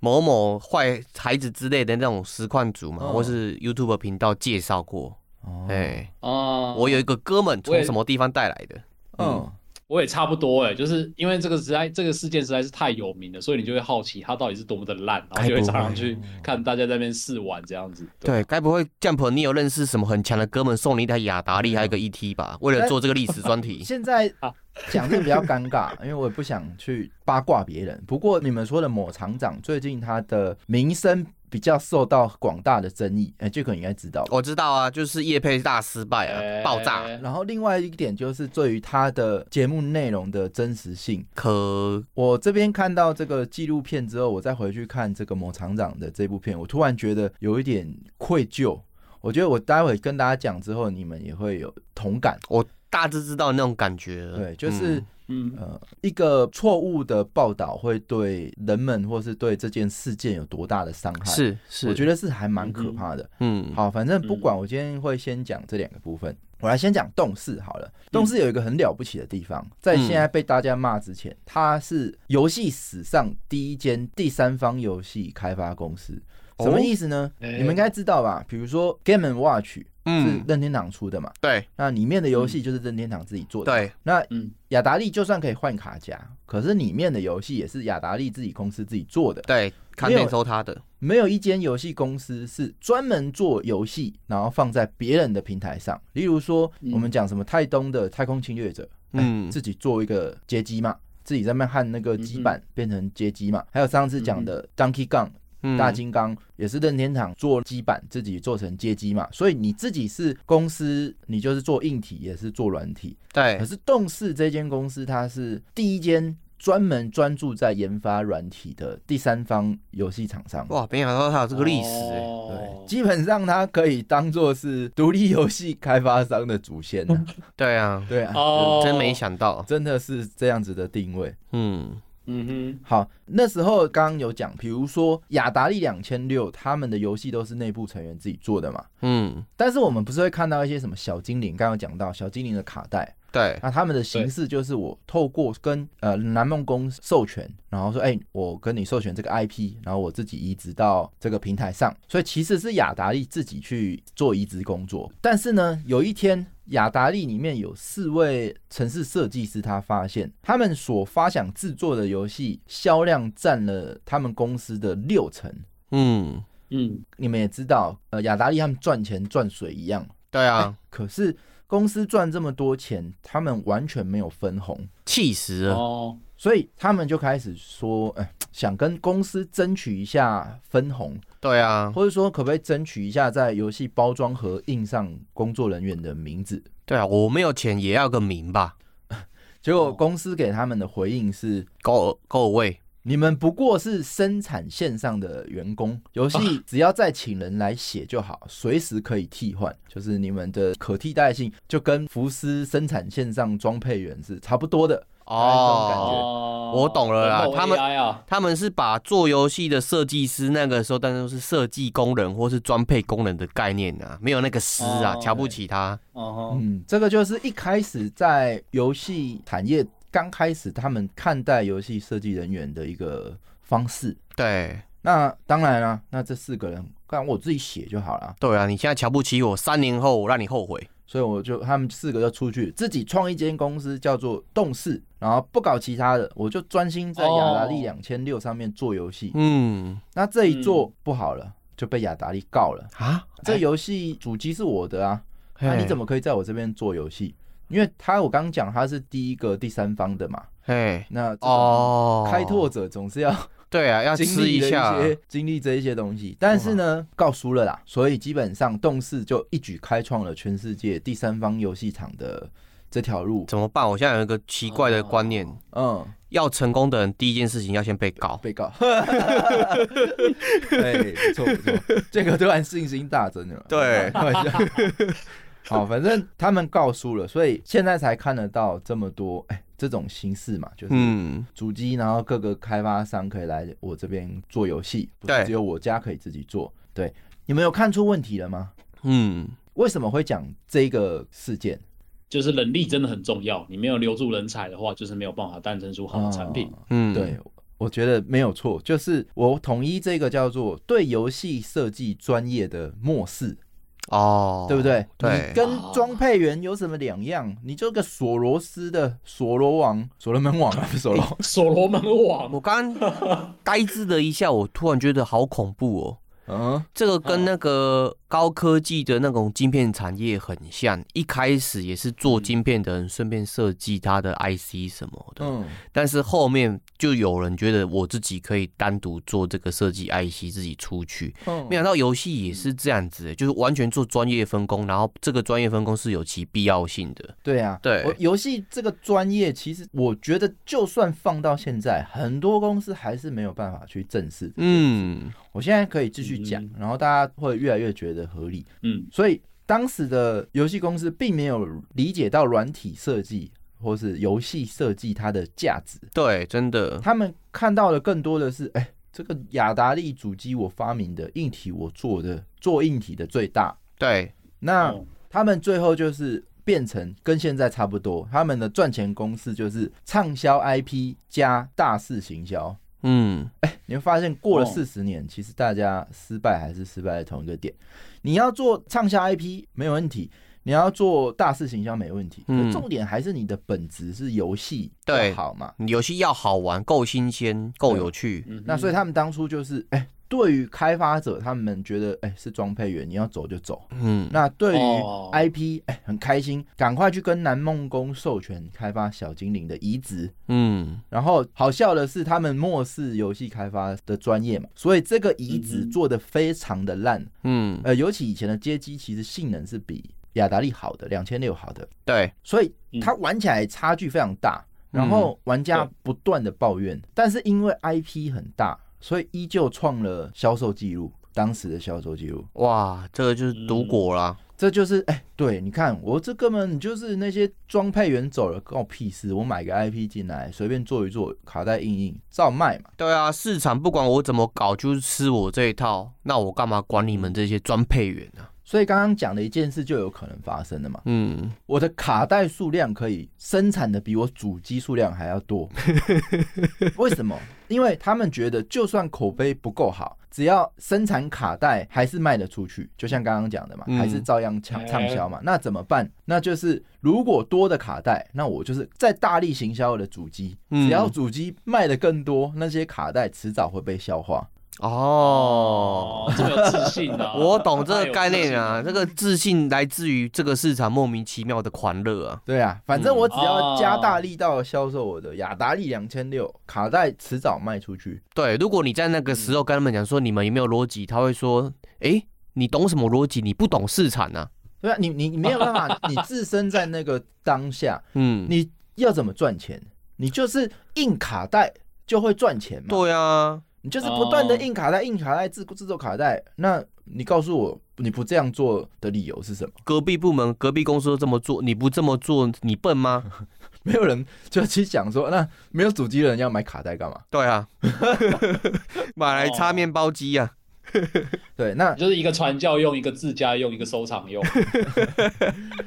S4: 某某坏孩子之类的那种实况组嘛，
S1: 嗯
S4: 或是 YouTube 频道介绍过。
S1: 哦，
S4: 哎，
S2: 啊，
S4: 我有一个哥们
S2: 我
S4: 从
S2: 也
S4: 什么地方带来的，
S1: 嗯，
S2: 我也差不多哎、就是因为这个实在这个事件实在是太有名了，所以你就会好奇它到底是多么的烂，然后就会常常去看大家在那边试玩这样子。
S4: 对，啊该不会 Jump 你有认识什么很强的哥们送你一台雅达利，还有一个 ET 吧？为
S1: 哎
S4: 了做这个历史 专题，
S1: 现在讲这个比较尴尬， 因为我也不想去八卦别人。不过你们说的某厂长最近他的名声比较受到广大的争议，哎、j a c k 你应该知道吧。
S4: 我知道啊，就是叶配大失败啊，爆炸
S2: 哎
S1: 然后另外一点就是对于他的节目内容的真实性，
S4: 可
S1: 我这边看到这个纪录片之后，我再回去看这个某厂长的这部片，我突然觉得有一点愧疚。我觉得我待会跟大家讲之后，你们也会有同感。
S4: 我大致知道那种感觉了。
S1: 对，就是、
S4: 嗯
S2: 嗯，
S1: 呃，一个错误的报道会对人们或是对这件事件有多大的伤害？，
S4: 是是，
S1: 我觉
S4: 得
S1: 得是还蛮可怕的。
S4: 嗯，
S1: 好，反正不管，我今天会先讲这两个部分。我来先讲动视好
S4: 嗯
S1: 了。动视有一个很了不起的地方，在现在被大家骂之前，它是游戏史上第一间第三方游戏开发公司。
S4: 哦
S1: 什么意思呢？
S2: 哎
S1: 你们应该知道吧？比如说 Game and Watch 是
S4: 嗯，
S1: 任天堂出的嘛，
S4: 对
S1: 那里面的游戏就是任天堂自己做的。
S4: 对，
S1: 那
S2: 嗯
S1: 雅达利就算可以换卡夹，可是里面的游戏也是雅达利自己公司自己做的。
S4: 对，看
S1: 没有
S4: 店收他的，
S1: 没有一间游戏公司是专门做游戏，然后放在别人的平台上。例如说，
S2: 嗯
S1: 我们讲什么太东的《太空侵略者》哎
S4: 嗯
S1: 自己做一个街机嘛，自己在那边焊那个基板变成街机嘛。还有上次讲的 Donkey Kong
S4: 嗯
S1: 大金刚也是任天堂做基板，自己做成街机嘛。所以你自己是公司，你就是做硬体也是做软体。可
S4: 对，
S1: 是动视这间公司，它是第一间专门专注在研发软体的第三方游戏厂商。
S4: 哇，没想到他有这个历史、欸，
S2: 哦
S1: 基本上它可以当做是独立游戏开发商的祖先 啊、
S4: 对啊，
S1: 对啊，
S2: 哦，
S4: 真没，想到，
S1: 真的是这样子的定位。
S4: 嗯
S2: 嗯
S1: 好，那时候刚刚有讲，比如说雅达利两千六，他们的游戏都是内部成员自己做的嘛。
S4: 嗯，
S1: 但是我们不是会看到一些什么小精灵，刚刚有讲到小精灵的卡带，
S4: 对，
S1: 那他们的形式就是我透过跟呃南梦宫授权，然后说，哎、我跟你授权这个 IP，然后我自己移植到这个平台上，所以其实是雅达利自己去做移植工作。但是呢，有一天雅达利里面有四位城市设计师，他发现他们所发想制作的游戏销量占了他们公司的六成。
S4: 嗯，
S2: 哼，嗯，
S1: 你们也知道，呃，雅达利他们赚钱赚水一样，
S4: 对啊，
S1: 可是公司赚这么多钱，他们完全没有分红。
S4: 气死了，
S2: 哦，
S1: 所以他们就开始说，哎、想跟公司争取一下分红，
S4: 对啊，
S1: 或者说可不可以争取一下在游戏包装盒印上工作人员的名字。
S4: 对啊，我没有钱也要个名吧，
S1: 结果公司给他们的回应是。
S4: 够够位，
S1: 你们不过是生产线上的员工，游戏只要再请人来写就好，随时可以替换，就是你们的可替代性就跟福斯生产线上装配员是差不多的。大概这种感觉
S2: 哦，
S4: 哦。我懂了啦他们
S2: AI 啊，
S4: 他们是把做游戏的设计师那个时候，但是是设计工人或是装配工人的概念啊，没有那个师啊，
S2: 哦
S4: 瞧不起他。
S2: 哦，
S1: 嗯，这个就是一开始在游戏产业刚开始，他们看待游戏设计人员的一个方式。
S4: 对
S1: 那当然啦、那这四个人，干我自己写就好了，
S4: 对啊，你现在瞧不起我，三年后我让你后悔。
S1: 所以我就他们四个就出去自己创一间公司，叫做动视，然后不搞其他的，我就专心在雅达利两千六上面做游戏。
S4: 嗯
S1: 那这一做不好了，就被雅达利告了。
S4: 啊，
S1: 这游戏主机是我的啊，那、你怎
S4: 么？
S1: 么可以在我这边做游戏？因为他我刚讲他是第一个第三方的嘛，
S4: 嘿，
S1: 那哦，
S4: 哦，
S1: 开拓者总是要
S4: 对啊，要
S1: 经
S4: 吃
S1: 历
S4: 一
S1: 的
S4: 下。
S1: 些经历这一些东西，但是呢，告输了啦，所以基本上动视就一举开创了全世界第三方游戏厂的这条路，
S4: 怎么办？我现在有一个奇怪
S1: 哦
S4: 的观念，
S1: 嗯，
S4: 要成功的人第一件事情要先被告。
S1: 被告， 对，不错不错，这个突然信心大增了，
S4: 对
S1: 开玩笑。好，反正他们告输了，所以现在才看得到这么多哎、这种形式嘛，就是
S4: 嗯，
S1: 主机，然后各个开发商可以来我这边做游戏，不是
S4: 对
S1: 只有我家可以自己做。对，你们有看出问题了吗？
S4: 嗯，
S1: 为什么会讲这个事件？
S2: 就是人力真的很重要，你没有留住人才的话，就是没有办法诞生出好的产品。
S1: 啊
S4: 嗯，
S1: 对，我觉得没有错，就是我统一这个叫做对游戏设计专业的漠视，
S4: 哦，
S1: 对不？对？
S4: 对
S1: 你跟装配员有什么两样？你就个索罗斯的所罗王、所罗门王啊，不是所罗，
S2: 所罗门
S4: 我
S2: 网，
S4: 刚刚呆滞了一下，我突然觉得好恐怖哦。
S1: 嗯，
S4: 这个跟那个高科技的那种晶片产业很像，一开始也是
S1: 嗯
S4: 做晶片的人顺便设计它的 IC 什么的，
S1: 嗯，
S4: 但是后面就有人觉得我自己可以单独做这个设计 IC 自己出去，
S1: 嗯
S4: 没想到游戏也是这样子、欸就是完全做专业分工，然后这个专业分工是有其必要性的。
S1: 对啊，
S4: 对
S1: 我游戏这个专业，其实我觉得就算放到现在，很多公司还是没有办法去正视。
S4: 嗯，
S1: 我现在可以继续讲，
S2: 嗯
S1: 然后大家会越来越觉得合理。
S2: 嗯，
S1: 所以当时的游戏公司并没有理解到软体设计或是游戏设计它的价值，
S4: 对，真的，
S1: 他们看到的更多的是，哎、这个雅达利主机我发明的，硬体我做的，做硬体的最大。
S4: 对，
S1: 那、
S2: 哦
S1: 他们最后就是变成跟现在差不多，他们的赚钱公式就是畅销 IP 加大肆行销。
S4: 嗯，
S1: 你会发现，过了
S2: 哦
S1: 四十年，其实大家失败还是失败在同一个点。你要做畅销 IP 没有问题，你要做大肆行销没问题，
S4: 嗯
S1: 可重点还是你的本质是游戏
S4: 对
S1: 要好嘛。
S4: 嗯游戏要好玩，够新鲜，够有趣。
S2: 嗯哼
S1: 那所以他们当初就是，哎、对于开发者，他们觉得，哎、是装配员，你要走就走。
S4: 嗯，
S1: 那对于
S2: 哦
S1: IP，哎、很开心，赶快去跟南梦宫授权开发小精灵的移植。
S4: 嗯，
S1: 然后好笑的是，他们漠视游戏开发的专业嘛，所以这个移植
S2: 嗯哼
S1: 做的非常的烂。
S4: 嗯，
S1: 呃，尤其以前的街机，其实性能是比雅达利好的，两千六好的，
S4: 对，
S1: 所以
S2: 嗯
S1: 它玩起来差距非常大。
S4: 嗯
S1: 然后玩家
S2: 对
S1: 不断的抱怨，但是因为 IP 很大，所以依旧创了销售记录。当时的销售记录。
S4: 哇，这个就是毒果啦。
S1: 这就是哎、对，你看我这根本就是那些装配员走了，关我屁事。我买个 IP 进来，随便做一做，卡带印印，照卖嘛。
S4: 对啊，市场不管我怎么搞，就是吃我这一套，那我干嘛管你们这些专配员啊呢、
S1: 所以刚刚讲的一件事就有可能发生的嘛。
S4: 嗯，
S1: 我的卡带数量可以生产的比我主机数量还要 多，为什么？因为他们觉得就算口碑不够好，只要生产卡带还是卖得出去，就像刚刚讲的嘛，
S4: 嗯
S1: 还是照样畅畅销嘛。那怎么办？那就是如果多的卡带，那我就是在大力行销我的主机，
S4: 嗯
S1: 只要主机卖的更多，那些卡带迟早会被消化。
S4: 哦，
S2: 哦，这么有自信啊！
S4: 我懂这个概念
S2: 太有
S4: 啊，
S2: 自
S4: 这
S2: 信了。
S4: 个自信来自于这个市场莫名其妙的狂热啊。
S1: 对啊，反正我只要
S2: 哦
S1: 加大力道销售我的雅达利两千六卡带，迟早卖出去。
S4: 对，如果你在那个时候跟他们讲说你们有没有逻辑，他会说，诶，你懂什么逻辑？你不懂市场啊。
S1: 对啊，你你你没有办法，你置身在那个当下，
S4: 嗯，
S1: 你要怎么赚钱？你就是印卡带就会赚钱嘛，
S4: 对啊，
S1: 你就是不断的印卡带、印卡带、制制作卡带。那你告诉我，你不这样做的理由是什么？
S4: 隔壁部门、隔壁公司都这么做，你不这么做，你笨吗？
S1: 没有人就去想说，那没有主机的人要买卡带干嘛？
S4: 对啊，买来擦面包机啊。
S1: 对，那
S2: 就是一个传教用，一个自家用，一个收 藏用，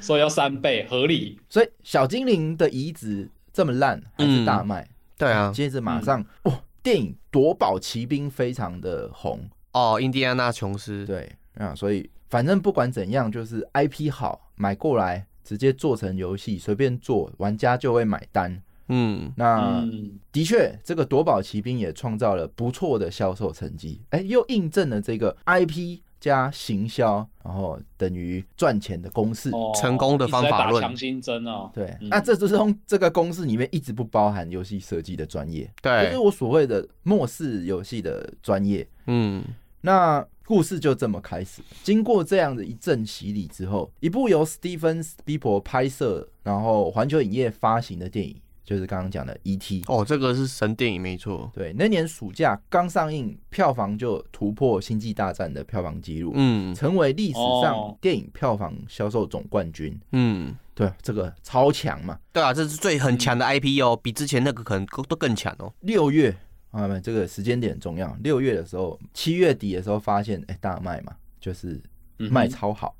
S2: 所以要三倍，合理。
S1: 所以小精灵的移植这么烂，还是大卖。
S4: 对啊，
S1: 接着马上哇、电影《夺宝奇兵》非常的红，
S4: 哦，印第安纳琼斯，
S1: 对啊，所以反正不管怎样，就是 IP 好买过来，直接做成游戏，随便做，玩家就会买单。
S4: 嗯，
S1: 那、
S2: 嗯，
S1: 的确，这个《夺宝奇兵》也创造了不错的销售成绩，哎，又印证了这个 IP 加行销，然后等于赚钱的公式。
S2: 哦
S4: 成功的方法论
S2: 一直在打强心针哦。
S1: 对，
S2: 嗯
S1: 那这之中这个公式里面一直不包含游戏设计的专业，就
S4: 对
S1: 是，我所谓的末世游戏的专业。
S4: 嗯，
S1: 那故事就这么开始。经过这样的一阵洗礼之后，一部由 Steven Spielberg 拍摄，然后环球影业发行的电影，就是刚刚讲的《E.T.》。
S4: 哦，这个是神电影没错，
S1: 对，那年暑假刚上映，票房就突破《星际大战》的票房纪录，
S4: 嗯
S1: 成为历史上
S2: 哦
S1: 电影票房销售总冠军。
S4: 嗯，
S1: 对，这个超强嘛！
S4: 对啊，这是最很强的 IP 哦，比之前那个可能都都更强哦。
S1: 六月，朋友们，这个时间点很重要。六月的时候，七月底的时候发现，哎、大卖嘛，就是
S2: 嗯哼
S1: 卖超好。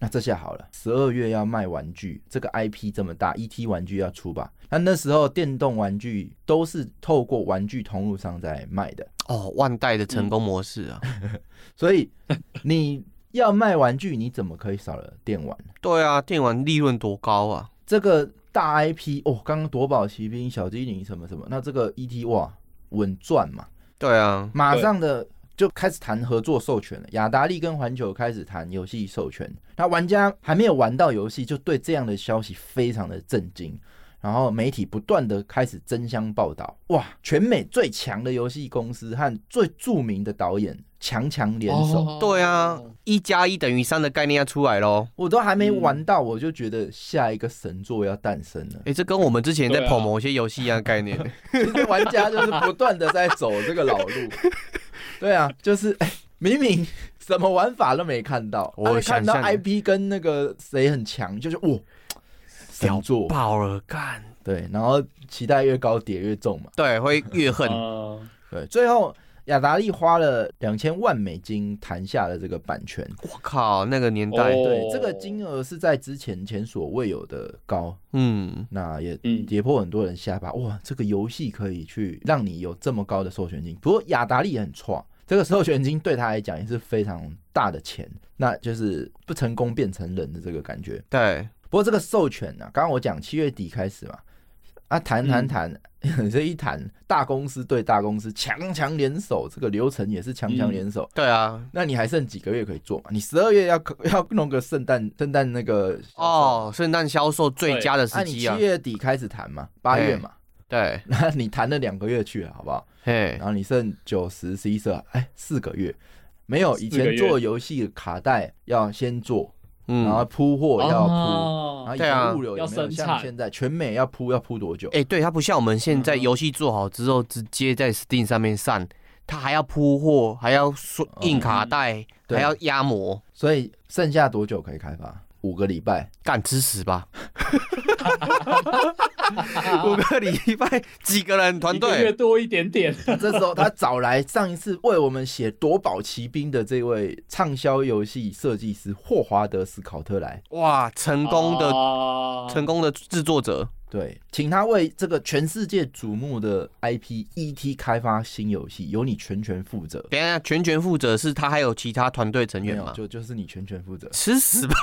S1: 那这下好了，十二月要卖玩具，这个 IP 这么大，ET 玩具要出吧？那那时候电动玩具都是透过玩具通路商在卖的，
S4: 哦，万代的成功模式啊，
S1: 所 以你要卖玩具，你怎么可以少了电玩？
S4: 对啊，电玩利润多高啊，
S1: 这个大 IP 哦，刚刚夺宝奇兵、小精灵什么什么，那这个 ET 哇稳赚嘛，
S4: 对啊，
S1: 马上的就开始谈合作授权了。雅达利跟环球开始谈游戏授权，那玩家还没有玩到游戏，就对这样的消息非常的震惊。然后媒体不断的开始争相报道，哇，全美最强的游戏公司和最著名的导演强强联手，
S2: 哦
S4: 对啊，一加一等于三的概念要出来喽。
S1: 我都还没玩到，我就觉得下一个神作要诞生了。
S4: 哎、这跟我们之前在
S2: 对啊
S4: 跑某些游戏一样的概念。
S1: 其实玩家就是不断的在走这个老路。对啊，就是、哎明明什么玩法都没看到，
S4: 我
S1: 啊
S4: 想
S1: 看到
S4: 象
S1: IP 跟那个谁很强，就是哇，神作
S4: 爆了，干！
S1: 对，然后期待越高跌越重嘛。
S4: 对，会越恨。
S2: 嗯
S1: 对，最后雅达利花了两千万美金谈下了这个版权，
S4: 我靠，那个年代，
S2: 哦
S1: 对，这个金额是在之前前所未有的高，
S4: 嗯，
S1: 那也
S2: 嗯，
S1: 跌破很多人下巴。哇，这个游戏可以去让你有这么高的授权金。不过雅达利也很差，这个授权金对他来讲也是非常大的钱，那就是不成功变成人的这个感觉。
S4: 对，
S1: 不过这个授权呢、啊，刚刚我讲七月底开始嘛，啊谈谈谈， 这一谈大公司对大公司强强联手，这个流程也是强强联手。
S4: 对啊。
S1: 那你还剩几个月可以做嘛？你十二月要 要弄个圣诞圣诞那个销售，
S4: 哦，圣诞销售最佳的
S1: 那、
S4: 时
S1: 你
S4: 机啊
S1: 七。月底开始谈嘛，八月
S4: 哎
S1: 嘛，
S4: 对，
S1: 那你谈了两个月去了，好不好？
S4: 嘿
S1: 然，后你剩九十、十一、十二，哎，四个月没有。以
S2: 四个
S1: 前
S2: 月
S1: 做游戏卡带要先做，然后
S4: 嗯，
S1: 铺货要铺，然后
S2: 哦
S1: 以
S4: 对啊
S1: 前物流也
S2: 要
S1: 没有
S2: 生
S1: 像
S2: 产
S1: 现在全美要铺要铺多久？
S4: 哎哎，对，它不像我们现在
S2: 嗯
S4: 游戏做好之后，直接在 Steam 上面上，他还要铺货，还要刷硬卡带，
S1: 哦嗯对
S4: 还要压模，
S1: 所以剩下多久可以开发？五个礼拜，
S4: 干吃 屎吧！五个礼拜几个人团
S2: 一个月
S4: 队？
S2: 多一点点，
S1: 这时候他找来上一次为我们写《夺宝奇兵》的这位畅销游戏设计师霍华德·斯考特来，
S4: 哇，成功
S1: 哦
S4: 的、
S2: 啊
S4: 成功的制作者，
S1: 对，请他为这个全世界瞩目的 IP《E.T.》开发新游戏，由你全权负责。
S4: 等一下全权负责是他还有其他团队成
S1: 没
S4: 员
S1: 有，
S4: 吗？
S1: 就就是你全权负责。
S4: 吃屎吧！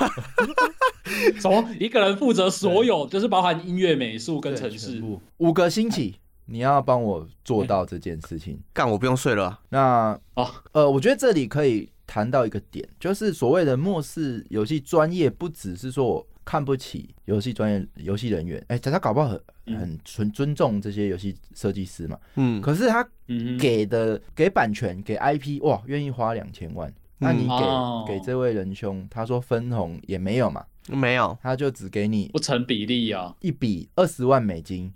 S2: 从一个人负责所有，就是包含音乐、美术跟
S1: 对
S2: 城
S1: 全
S2: 市。
S1: 部五个星期，你要帮我做到这件事情。
S4: 干，我不用睡了啊。
S1: 那
S2: 哦
S1: 呃，我觉得这里可以谈到一个点，就是所谓的末世游戏专业，不只是说我看不起游戏专业游戏人员，哎、大家搞不好很
S2: 嗯
S1: 很尊尊重这些游戏设计师嘛。
S4: 嗯，
S1: 可是他
S2: 嗯哼，
S1: 给的给版权给 IP，哇，愿意花两千
S2: 嗯
S1: 万。那你给、
S2: 哦
S1: 给这位仁兄，他说分红也没有嘛，
S4: 没有，
S1: 他就只给你
S2: 不成比例啊，
S1: 一笔二十万美金，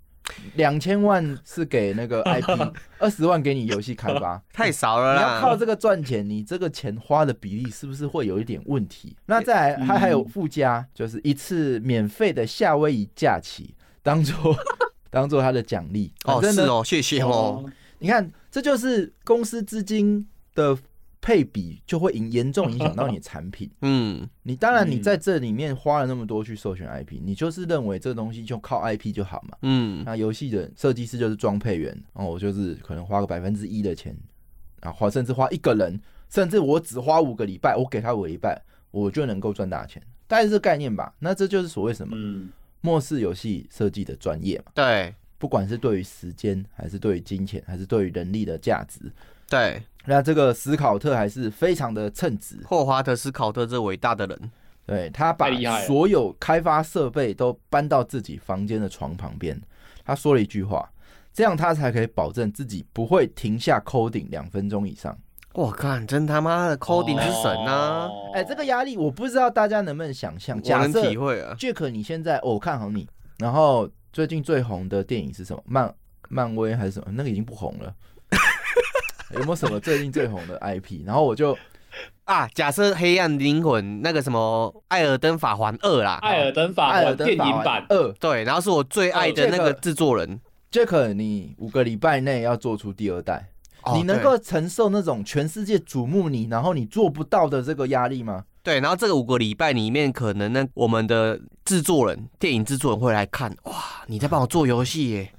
S1: 两千万是给那 个 IP，二十万给你游戏开发，
S4: 太少
S2: 啊
S4: 了
S1: 你要靠
S4: 啦。
S1: 这个赚钱，你这个钱花的比例是不是会有一点问题？那再来，
S2: 嗯
S1: 它还有附加，就是一次免费的夏威夷假期，当做 当做他的奖励。
S4: 哦，
S1: 真
S4: 是
S1: 的，
S4: 哦，谢谢哦。
S1: 你看，这就是公司资金的配比就会影严重影响到你的产品。
S4: 嗯，
S1: 你当然，你
S2: 嗯
S1: 在这里面花了那么多去授权 IP，你就是认为这东西就靠 IP 就好嘛？
S4: 嗯，
S1: 那游戏的设计师就是装配员，然后我就是可能花个百分之一的钱，啊，花甚至花一个人，甚至我只花五个礼拜，我给他五个礼拜，我就能够赚大钱，大概是这概念吧。那这就是所谓什么
S2: 嗯，
S1: 末世游戏设计的专业嘛，
S4: 对
S1: 不管是对于时间，还是对于金钱，还是对于人力的价值，
S4: 对，
S1: 那这个史考特还是非常的称职，
S4: 霍华德斯考特这伟大的人，
S1: 对他把
S2: 太厉害了
S1: 所有开发设备都搬到自己房间的床旁边。他说了一句话，这样他才可以保证自己不会停下 coding 两分钟以上。
S4: 我看真他妈的 coding 之神啊！
S2: 哦
S1: 哎、这个压力我不知道大家能不能想象。
S4: 我
S1: 假
S4: 能
S1: 设
S4: 体会啊。
S1: Jack 你现在、哦、我看好你，然后最近最红的电影是什么？漫漫威还是什么？那个已经不红 了。有没有什么最近最红的 IP？然后我就
S4: 啊，假设黑暗灵魂那个什么《艾尔登法环二》啦，
S2: 艾尔登法
S1: 艾尔
S2: 环
S1: 登
S2: 电影
S1: 法环
S2: 版，
S1: 二
S4: 对，然后是我最爱的那
S1: 哦这个
S4: 个制作人，
S1: ，Jack 你五个礼拜内要做出第二代。
S4: 哦
S1: 你能够承受那种全世界瞩目你，然后你做不到的这个压力吗？
S4: 对对，然后这个五个礼拜里面，可能呢，我们的制作人、电影制作人会来看，哇，你在帮我做游戏耶，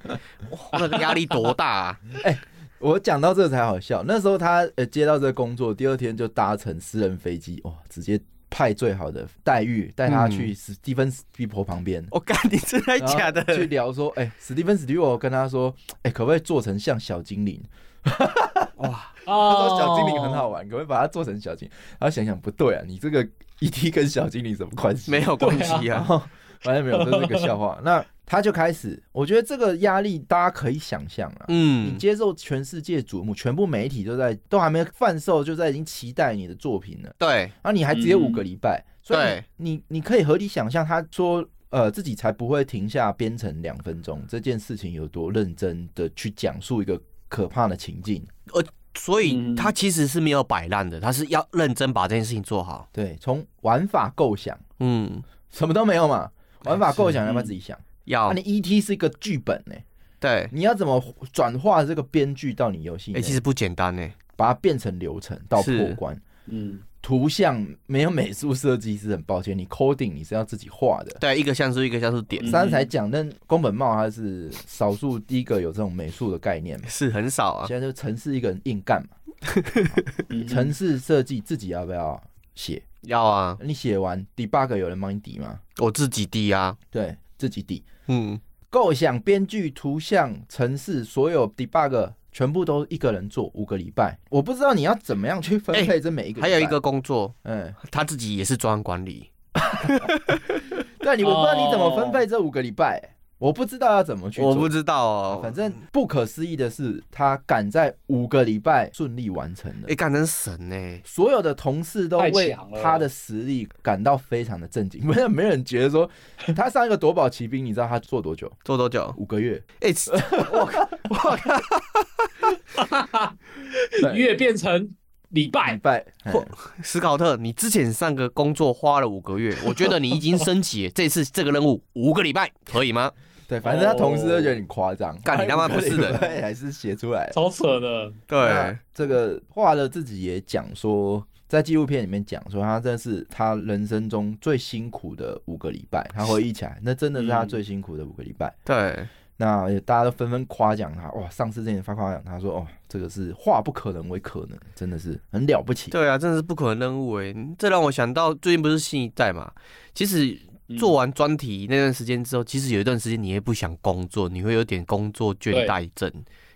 S4: 哇，那个压力多大啊！
S1: 我讲到这才好笑。那时候他呃接到这个工作，第二天就搭乘私人飞机，哇，直接派最好的待遇带他去史蒂芬史蒂婆旁边。
S4: 我干，你真的
S1: 然后
S4: 哎假的？
S1: 哦去聊说，哎、史蒂芬史蒂夫跟他说，哎、可不可以做成像小精灵？
S4: 哇，
S1: 他
S2: 他
S1: 说小精灵很好玩，可不可以把它做成小精灵？然后想想不对啊，你这个 ET 跟小精灵什么关系？
S4: 没有关系
S1: 然
S4: 啊，
S1: 后反正没有，这是个笑话。那他就开始，我觉得这个压力大家可以想象了。你
S4: 嗯，
S1: 接受全世界瞩目，全部媒体都在，都还没贩售，就在已经期待你的作品了。
S4: 对
S1: 然后你还只有
S2: 嗯
S1: 五个礼拜，所以
S4: 对
S1: 你你你可以合理想象，他说呃自己才不会停下编程两分钟这件事情有多认真的去讲述一个可怕的情境。
S4: 所以
S2: 嗯
S4: 他其实是没有摆烂的，他是要认真把这件事情做好。
S1: 对，从玩法构想，
S4: 嗯，
S1: 什么都没有嘛，玩法构想
S2: 是
S1: 要不要
S2: 嗯
S1: 自己想？那、
S4: 要
S1: 啊你 E.T. 是一个剧本欸呢、
S4: 对，
S1: 你要怎么转化这个编剧到你游戏内？
S4: 哎，其实不简单呢。
S1: 把它变成流程到破
S4: 是
S1: 关。
S2: 嗯，
S1: 图像没有美术设计师，很抱歉，你 coding 你是要自己画的。
S4: 对，一个像素一个像素点
S2: 嗯
S1: 刚、才讲，那宫本茂他是少数第一个有这种美术的概念嘛，
S4: 是很少啊。
S1: 现在就城市一个人硬干嘛，
S2: 嗯
S1: 城市设计自己要不要写？
S4: 要啊，
S1: 你写完 debug 有人帮你抵吗？
S4: 我自己滴啊。
S1: 对自己抵。
S4: 嗯，
S1: 构想、编剧、图像、城市，所有 debug 全部都一个人做五个礼拜。我不知道你要怎么样去分配这每一个、
S4: 哎还有一个，工作，
S1: 嗯，
S4: 他自己也是专案管理。
S1: 对你，我不知道你怎么
S2: 哦
S1: 分配这五个礼拜、我不知道要怎么去做。啊
S4: 我不知道哦，
S1: 反正不可思议的是，他赶在五个礼拜顺利完成了
S4: 哎，。干真神呢，
S1: 所有的同事都
S2: 太
S1: 为
S2: 强了
S1: 他的实力感到非常的震惊，没有没有人觉得说他上一个夺宝奇兵，你知道他做多久？
S4: 做多久？
S1: 五个月。
S4: 哎， 我靠我靠，
S1: 对
S2: 月变成礼
S1: 礼
S2: 拜，
S1: 拜，
S4: 哎或斯考特，你之前上个工作花了五个月，我觉得你已经升级了， 这次这个任务五个礼拜可以吗？
S1: 对，反正他同事都觉得你夸张，
S4: 干你他妈不是人
S1: 五个礼拜 还是写出来 了。
S2: 超扯的。
S1: 那，这个画了自己也讲说，在纪录片里面讲说，他真的是他人生中最辛苦的五个礼拜，他回忆起来，那真的是他
S4: 嗯
S1: 最辛苦的五个礼拜。
S4: 对，
S1: 那也大家都纷纷夸奖他，哇！上次之前发夸奖他说，哦，这个是化不可能为可能，真的是很了不起。
S4: 对啊，真的是不可能任务哎、这让我想到最近不是新一代嘛，其实。
S2: 嗯
S1: 嗯
S4: 做完专题那段时间之后，其实有一段时间你也不想工作，你会有点工作倦怠症，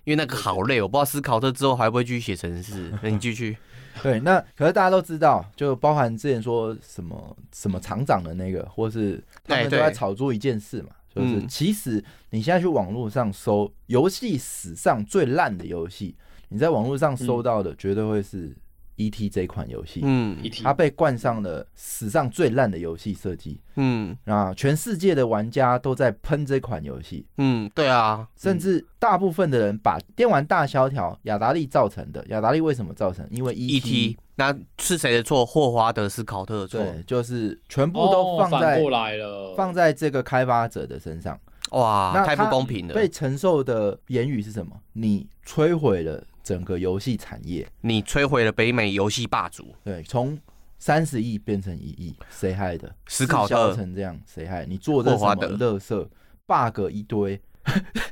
S4: 因为那个好累。哦我不知道思考这之后还会不会继续写程式。那你 继续，
S1: 对，那可是大家都知道，就包含之前说什么什么厂长的那个，或是他
S4: 哎
S1: 们都
S4: 对
S1: 在炒作一件事嘛，就是
S4: 嗯
S1: 其实你现在去网络上搜游戏史上最烂的游戏，你在网络上搜到的绝对会是《E.T.》这款游戏，
S4: 嗯
S2: 题
S1: 它被冠上了史上最烂的游戏设计，
S4: 嗯
S1: 那全世界的玩家都在喷这款游戏。
S4: 嗯，对啊，
S1: 甚至大部分的人把电玩大萧条雅达利造成的，雅达利为什么造成？因为 E
S4: E.T. ，E 那是谁的错？霍华德斯考特的错。
S1: 对，就是全部都放
S2: 哦
S1: 在、
S2: 反过来了，
S1: 放在这个开发者的身上，
S4: 哇，
S1: 那
S4: 啊太不
S1: 他
S4: 公平了！
S1: 被承受的言语是什么？你摧毁了整个游戏产业，
S4: 你摧毁了北美游戏霸主
S1: 对，从三十亿变成一亿，谁害的？
S4: 斯考
S1: 滞销
S4: 特。
S1: 成这样，谁害？你做的什
S4: 霍华
S1: 么
S4: 德
S1: 乐色 bug 一堆？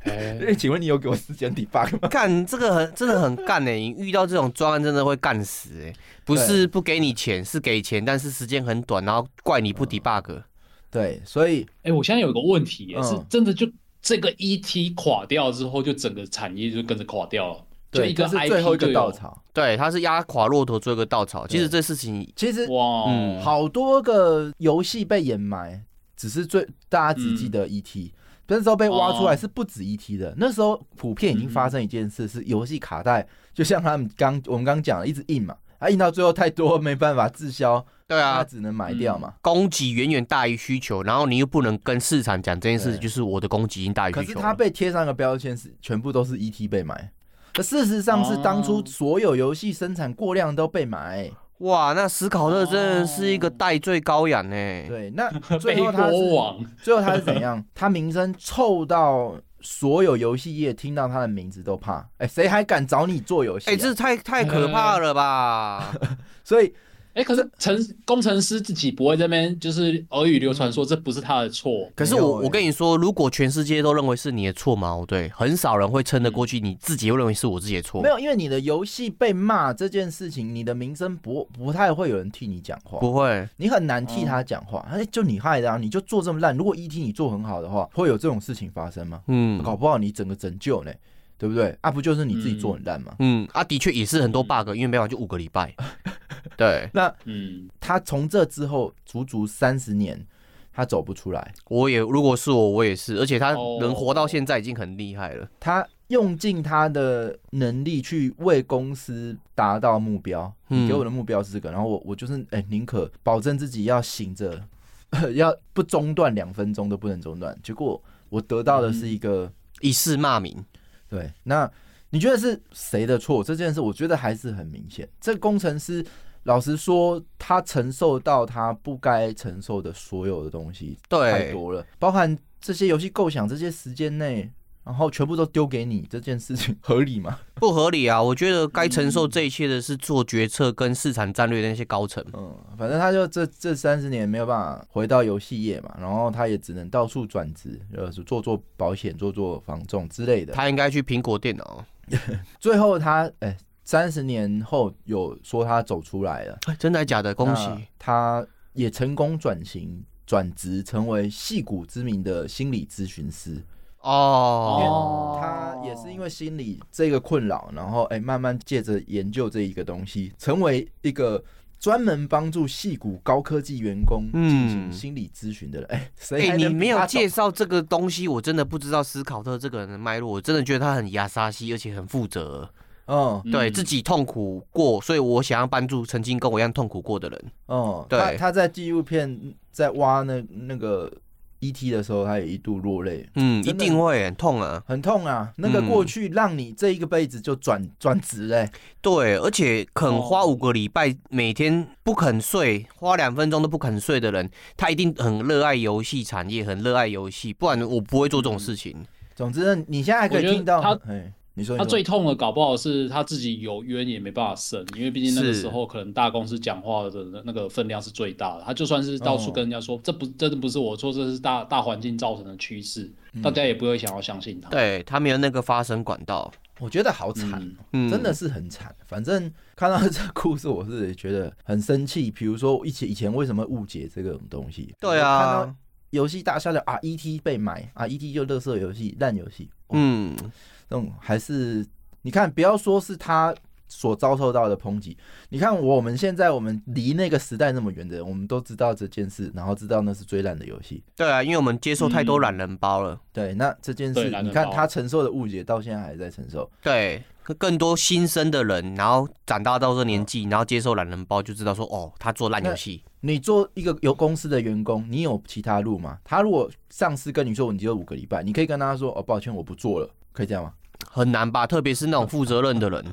S2: 哎
S1: 哎，请问你有给我时间 debug 吗？
S4: 干这个很真的很干哎、你遇到这种专案真的会干死哎、不是不给你钱，是给钱，但是时间很短，然后怪
S1: 嗯
S4: 你不 debug。
S1: 对，所以
S2: 哎、我现在有一个问题耶、
S1: 嗯
S2: 是真的就这个 ET 垮掉之后，就整个产业就跟着垮掉了，就
S1: 对，
S2: 一个
S1: 这
S2: IP
S1: 是最后一
S2: 就
S1: 个
S2: 有
S1: 稻。草。
S4: 对，他是压垮骆驼最后一个稻草。其实
S1: 对
S4: 这事情
S1: 其实
S2: 哇，
S4: 嗯
S1: 好多个游戏被掩埋，只是最大家只记得
S4: 嗯
S1: E.T.，、那时候被挖出来
S2: 哦
S1: 是不止 E.T. 的。那时候普遍已经发生一件事，是游戏卡带，就像他们刚我们刚讲的，一直印嘛，啊印到最后太多没办法滞销，
S4: 对
S1: 他
S4: 啊，
S1: 只能买掉嘛。
S4: 供给远远大于需求，然后你又不能跟市场讲这件事，
S1: 对
S4: 就是我的供给已经大于
S1: 可
S4: 需
S1: 是
S4: 求
S1: 他
S4: 了。
S1: 被贴上个标签是全部都是 E.T. 被买，可事实上是当初
S2: 哦
S1: 所有游戏生产过量都被
S4: 哎
S1: 买。
S4: 哇，那斯考特真的是一个代罪羔羊
S1: 哦
S4: 欸呢、
S1: 对， 那
S2: 背
S1: 最后他是
S2: 锅
S4: 啊
S2: 王，
S1: 最后他是怎样？他名声臭到所有游戏业听到他的名字都怕，哎、谁还敢找你做游戏、啊？
S4: 哎、这太太可怕 了吧！
S1: 所以
S2: 哎、可是程工程师自己不会在那边就是耳语流传说这不是他的错，
S4: 可是
S1: 没有
S4: 我
S1: 欸
S4: 我跟你说，如果全世界都认为是你的错嘛，哦对，很少人会撑得
S1: 嗯
S4: 过去，你自己又认为是我自己的错
S1: 没，有，因为你的游戏被骂这件事情，你的名声不不太会有人替你讲话，
S4: 不嗯会，
S1: 你很难替他讲话。哎、就你害的啊！你就做这么烂，如果 ET 你做很好的话，会有这种事情发生吗？
S4: 嗯
S1: 搞不好你整个拯救呢，对不对？啊，不就是你自己做很烂吗？
S4: 嗯，啊，的确也是很多 bug，因为没完就五个礼 拜，对
S2: 嗯，
S1: 他从这之后足足三十年，他走不出来。
S4: 我也如果是我，我也是，而且他
S2: 哦
S4: 能活到现在已经很厉害了，
S1: 他用尽他的能力去为公司达到目标。
S4: 嗯
S1: 你给我的目标是这个，然后我我就是哎，宁、可保证自己要醒着， 要不中断两分钟都不能中断。结果我得到的是一个、
S4: 以示骂名，
S1: 对，那你觉得是谁的错？这件事我觉得还是很明显，这工程师。老实说，他承受到他不该承受的所有的东西太
S4: 对，
S1: 多了，包含这些游戏构想这些时间内，然后全部都丢给你，这件事情合理吗？
S4: 不合理啊！我觉得该承受这一切的是做决策跟市场战略的那些高层，
S1: 嗯，反正他就这这三十年没有办法回到游戏业嘛，然后他也只能到处转职，呃，做做保险、做做房仲之类的。
S4: 他应该去苹果电脑，
S1: 最后他哎，三十年后有说他走出来了，
S4: 哎真的假的？恭喜！
S1: 那他也成功转型。转职成为戏骨知名的心理咨询师，
S4: 哦，
S1: 他也是因为心理这个困扰，然后哎、慢慢借着研究这一个东西，成为一个专门帮助戏谷高科技员工进行
S4: 嗯
S1: 心理咨询的人。哎、谁
S4: 哎、
S1: 还
S4: 你
S1: 能比
S4: 没有
S1: 他
S4: 介
S1: 懂
S4: 绍这个东西，我真的不知道斯考特这个人的脉络。我真的觉得他很亚沙西，而且很负责，
S1: 嗯
S2: 嗯
S4: 对、自己痛苦过，所以我想要帮助曾经跟我一样痛苦过的人。
S1: 嗯，
S4: 对
S1: 他他在纪录片在挖那那个 E.T. 的时候，他也一度落泪，
S4: 嗯，一
S1: 真的
S4: 定会很痛啊。
S1: 很痛啊。那个过去让你这一个辈子就转转职嘞，
S4: 对，而且肯花
S2: 哦
S4: 五个礼拜，每天不肯睡，花两分钟都不肯睡的人，他一定很热爱游戏产业，很热爱游戏，不然我不会
S1: 嗯
S4: 做这种事情。
S1: 总之呢，你现在还可以
S2: 我觉得
S1: 听到
S2: 他，
S1: 哎，你说你
S2: 他
S1: 说
S2: 最痛的，搞不好是他自己有冤也没办法伸，因为毕竟那个时候可能大公司讲话的那那个分量是最大的。他就算是到处跟人家说，这不真的不是我错，这是大大环境造成的趋势，大家也不会想要相信他。
S4: 对他没有那个发声管道，
S1: 我觉得好惨
S2: 嗯
S1: 哦、
S4: 嗯
S1: 真的是很惨。反正看到这个故事，我是也觉得很生气。比如说，以前以前为什么误解这种东西？
S4: 对
S1: 看
S4: 啊
S1: 到，游戏大下的啊，E.T. 被买啊，E.T. 就垃圾游戏、烂游戏，嗯，
S4: 嗯，
S1: 那种还是你看，不要说是他所遭受到的抨击，你看我们现在我们离那个时代那么远的人，我们都知道这件事，然后知道那是最烂的游戏。
S4: 对啊，因为我们接受太多
S1: 嗯
S4: 懒人包了，
S1: 对，那这件
S2: 对
S1: 事，
S2: 懒
S1: 你
S2: 人
S1: 看
S2: 包
S1: 他承受的误解，到现在还在承受。
S4: 对，更多新生的人，然后长大到这年纪，然后接受懒人包，就知道说，哦，他做烂游戏，
S1: 你做一个有公司的员工，你有其他路吗？他如果上司跟你说，你只有五个礼拜，你可以跟他说，哦，抱歉，我不做了，可以这样吗？
S4: 很难吧？特别是那种负责任的人，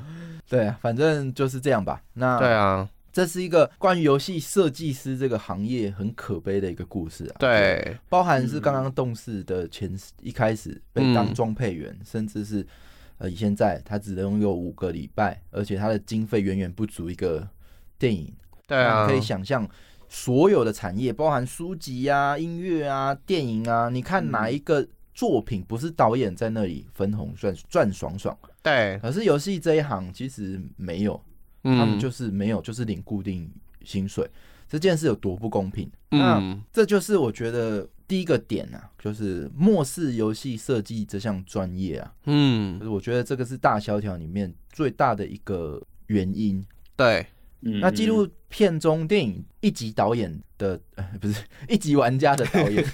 S1: 对啊，反正就是这样吧。那
S4: 对啊，
S1: 这是一个关于游戏设计师这个行业很可悲的一个故事啊。
S4: 对，
S1: 包含是刚刚动视的前一开始被
S4: 嗯
S1: 当装配员，甚至是呃现在他只能有五个礼拜，而且他的经费远远不足一个电影。
S4: 对啊，
S1: 你可以想象所有的产业，包含书籍啊、音乐啊、电影啊，你看
S4: 嗯
S1: 哪一个作品不是导演在那里分红赚赚爽爽？
S4: 对，
S1: 可是游戏这一行其实没有，他们
S4: 嗯，
S1: 就是没有，就是领固定薪水，这件事有多不公平？那
S4: 嗯，
S1: 这就是我觉得第一个点啊，就是漠视游戏设计这项专业啊，
S4: 嗯
S1: 就，是我觉得这个是大萧条里面最大的一个原因。
S4: 对，
S2: 嗯，
S1: 那纪录片中电影一级导演的， 呃、不是一级玩家的导演，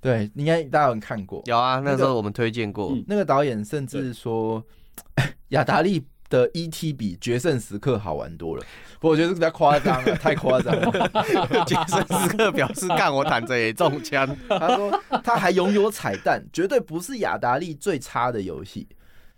S1: 对，应该大家有看过。
S4: 有啊，
S1: 那
S4: 那时
S1: 个
S4: 候我们推荐过，
S2: 嗯
S1: 那个导演甚至说， 雅达利的 E.T. 比《决胜时刻》好玩多了。不，我觉得这个比较夸张了，太夸张了。
S4: 杰森斯克表示干我躺着也 中枪，
S1: 他说他还拥有彩蛋，绝对不是雅达利最差的游戏。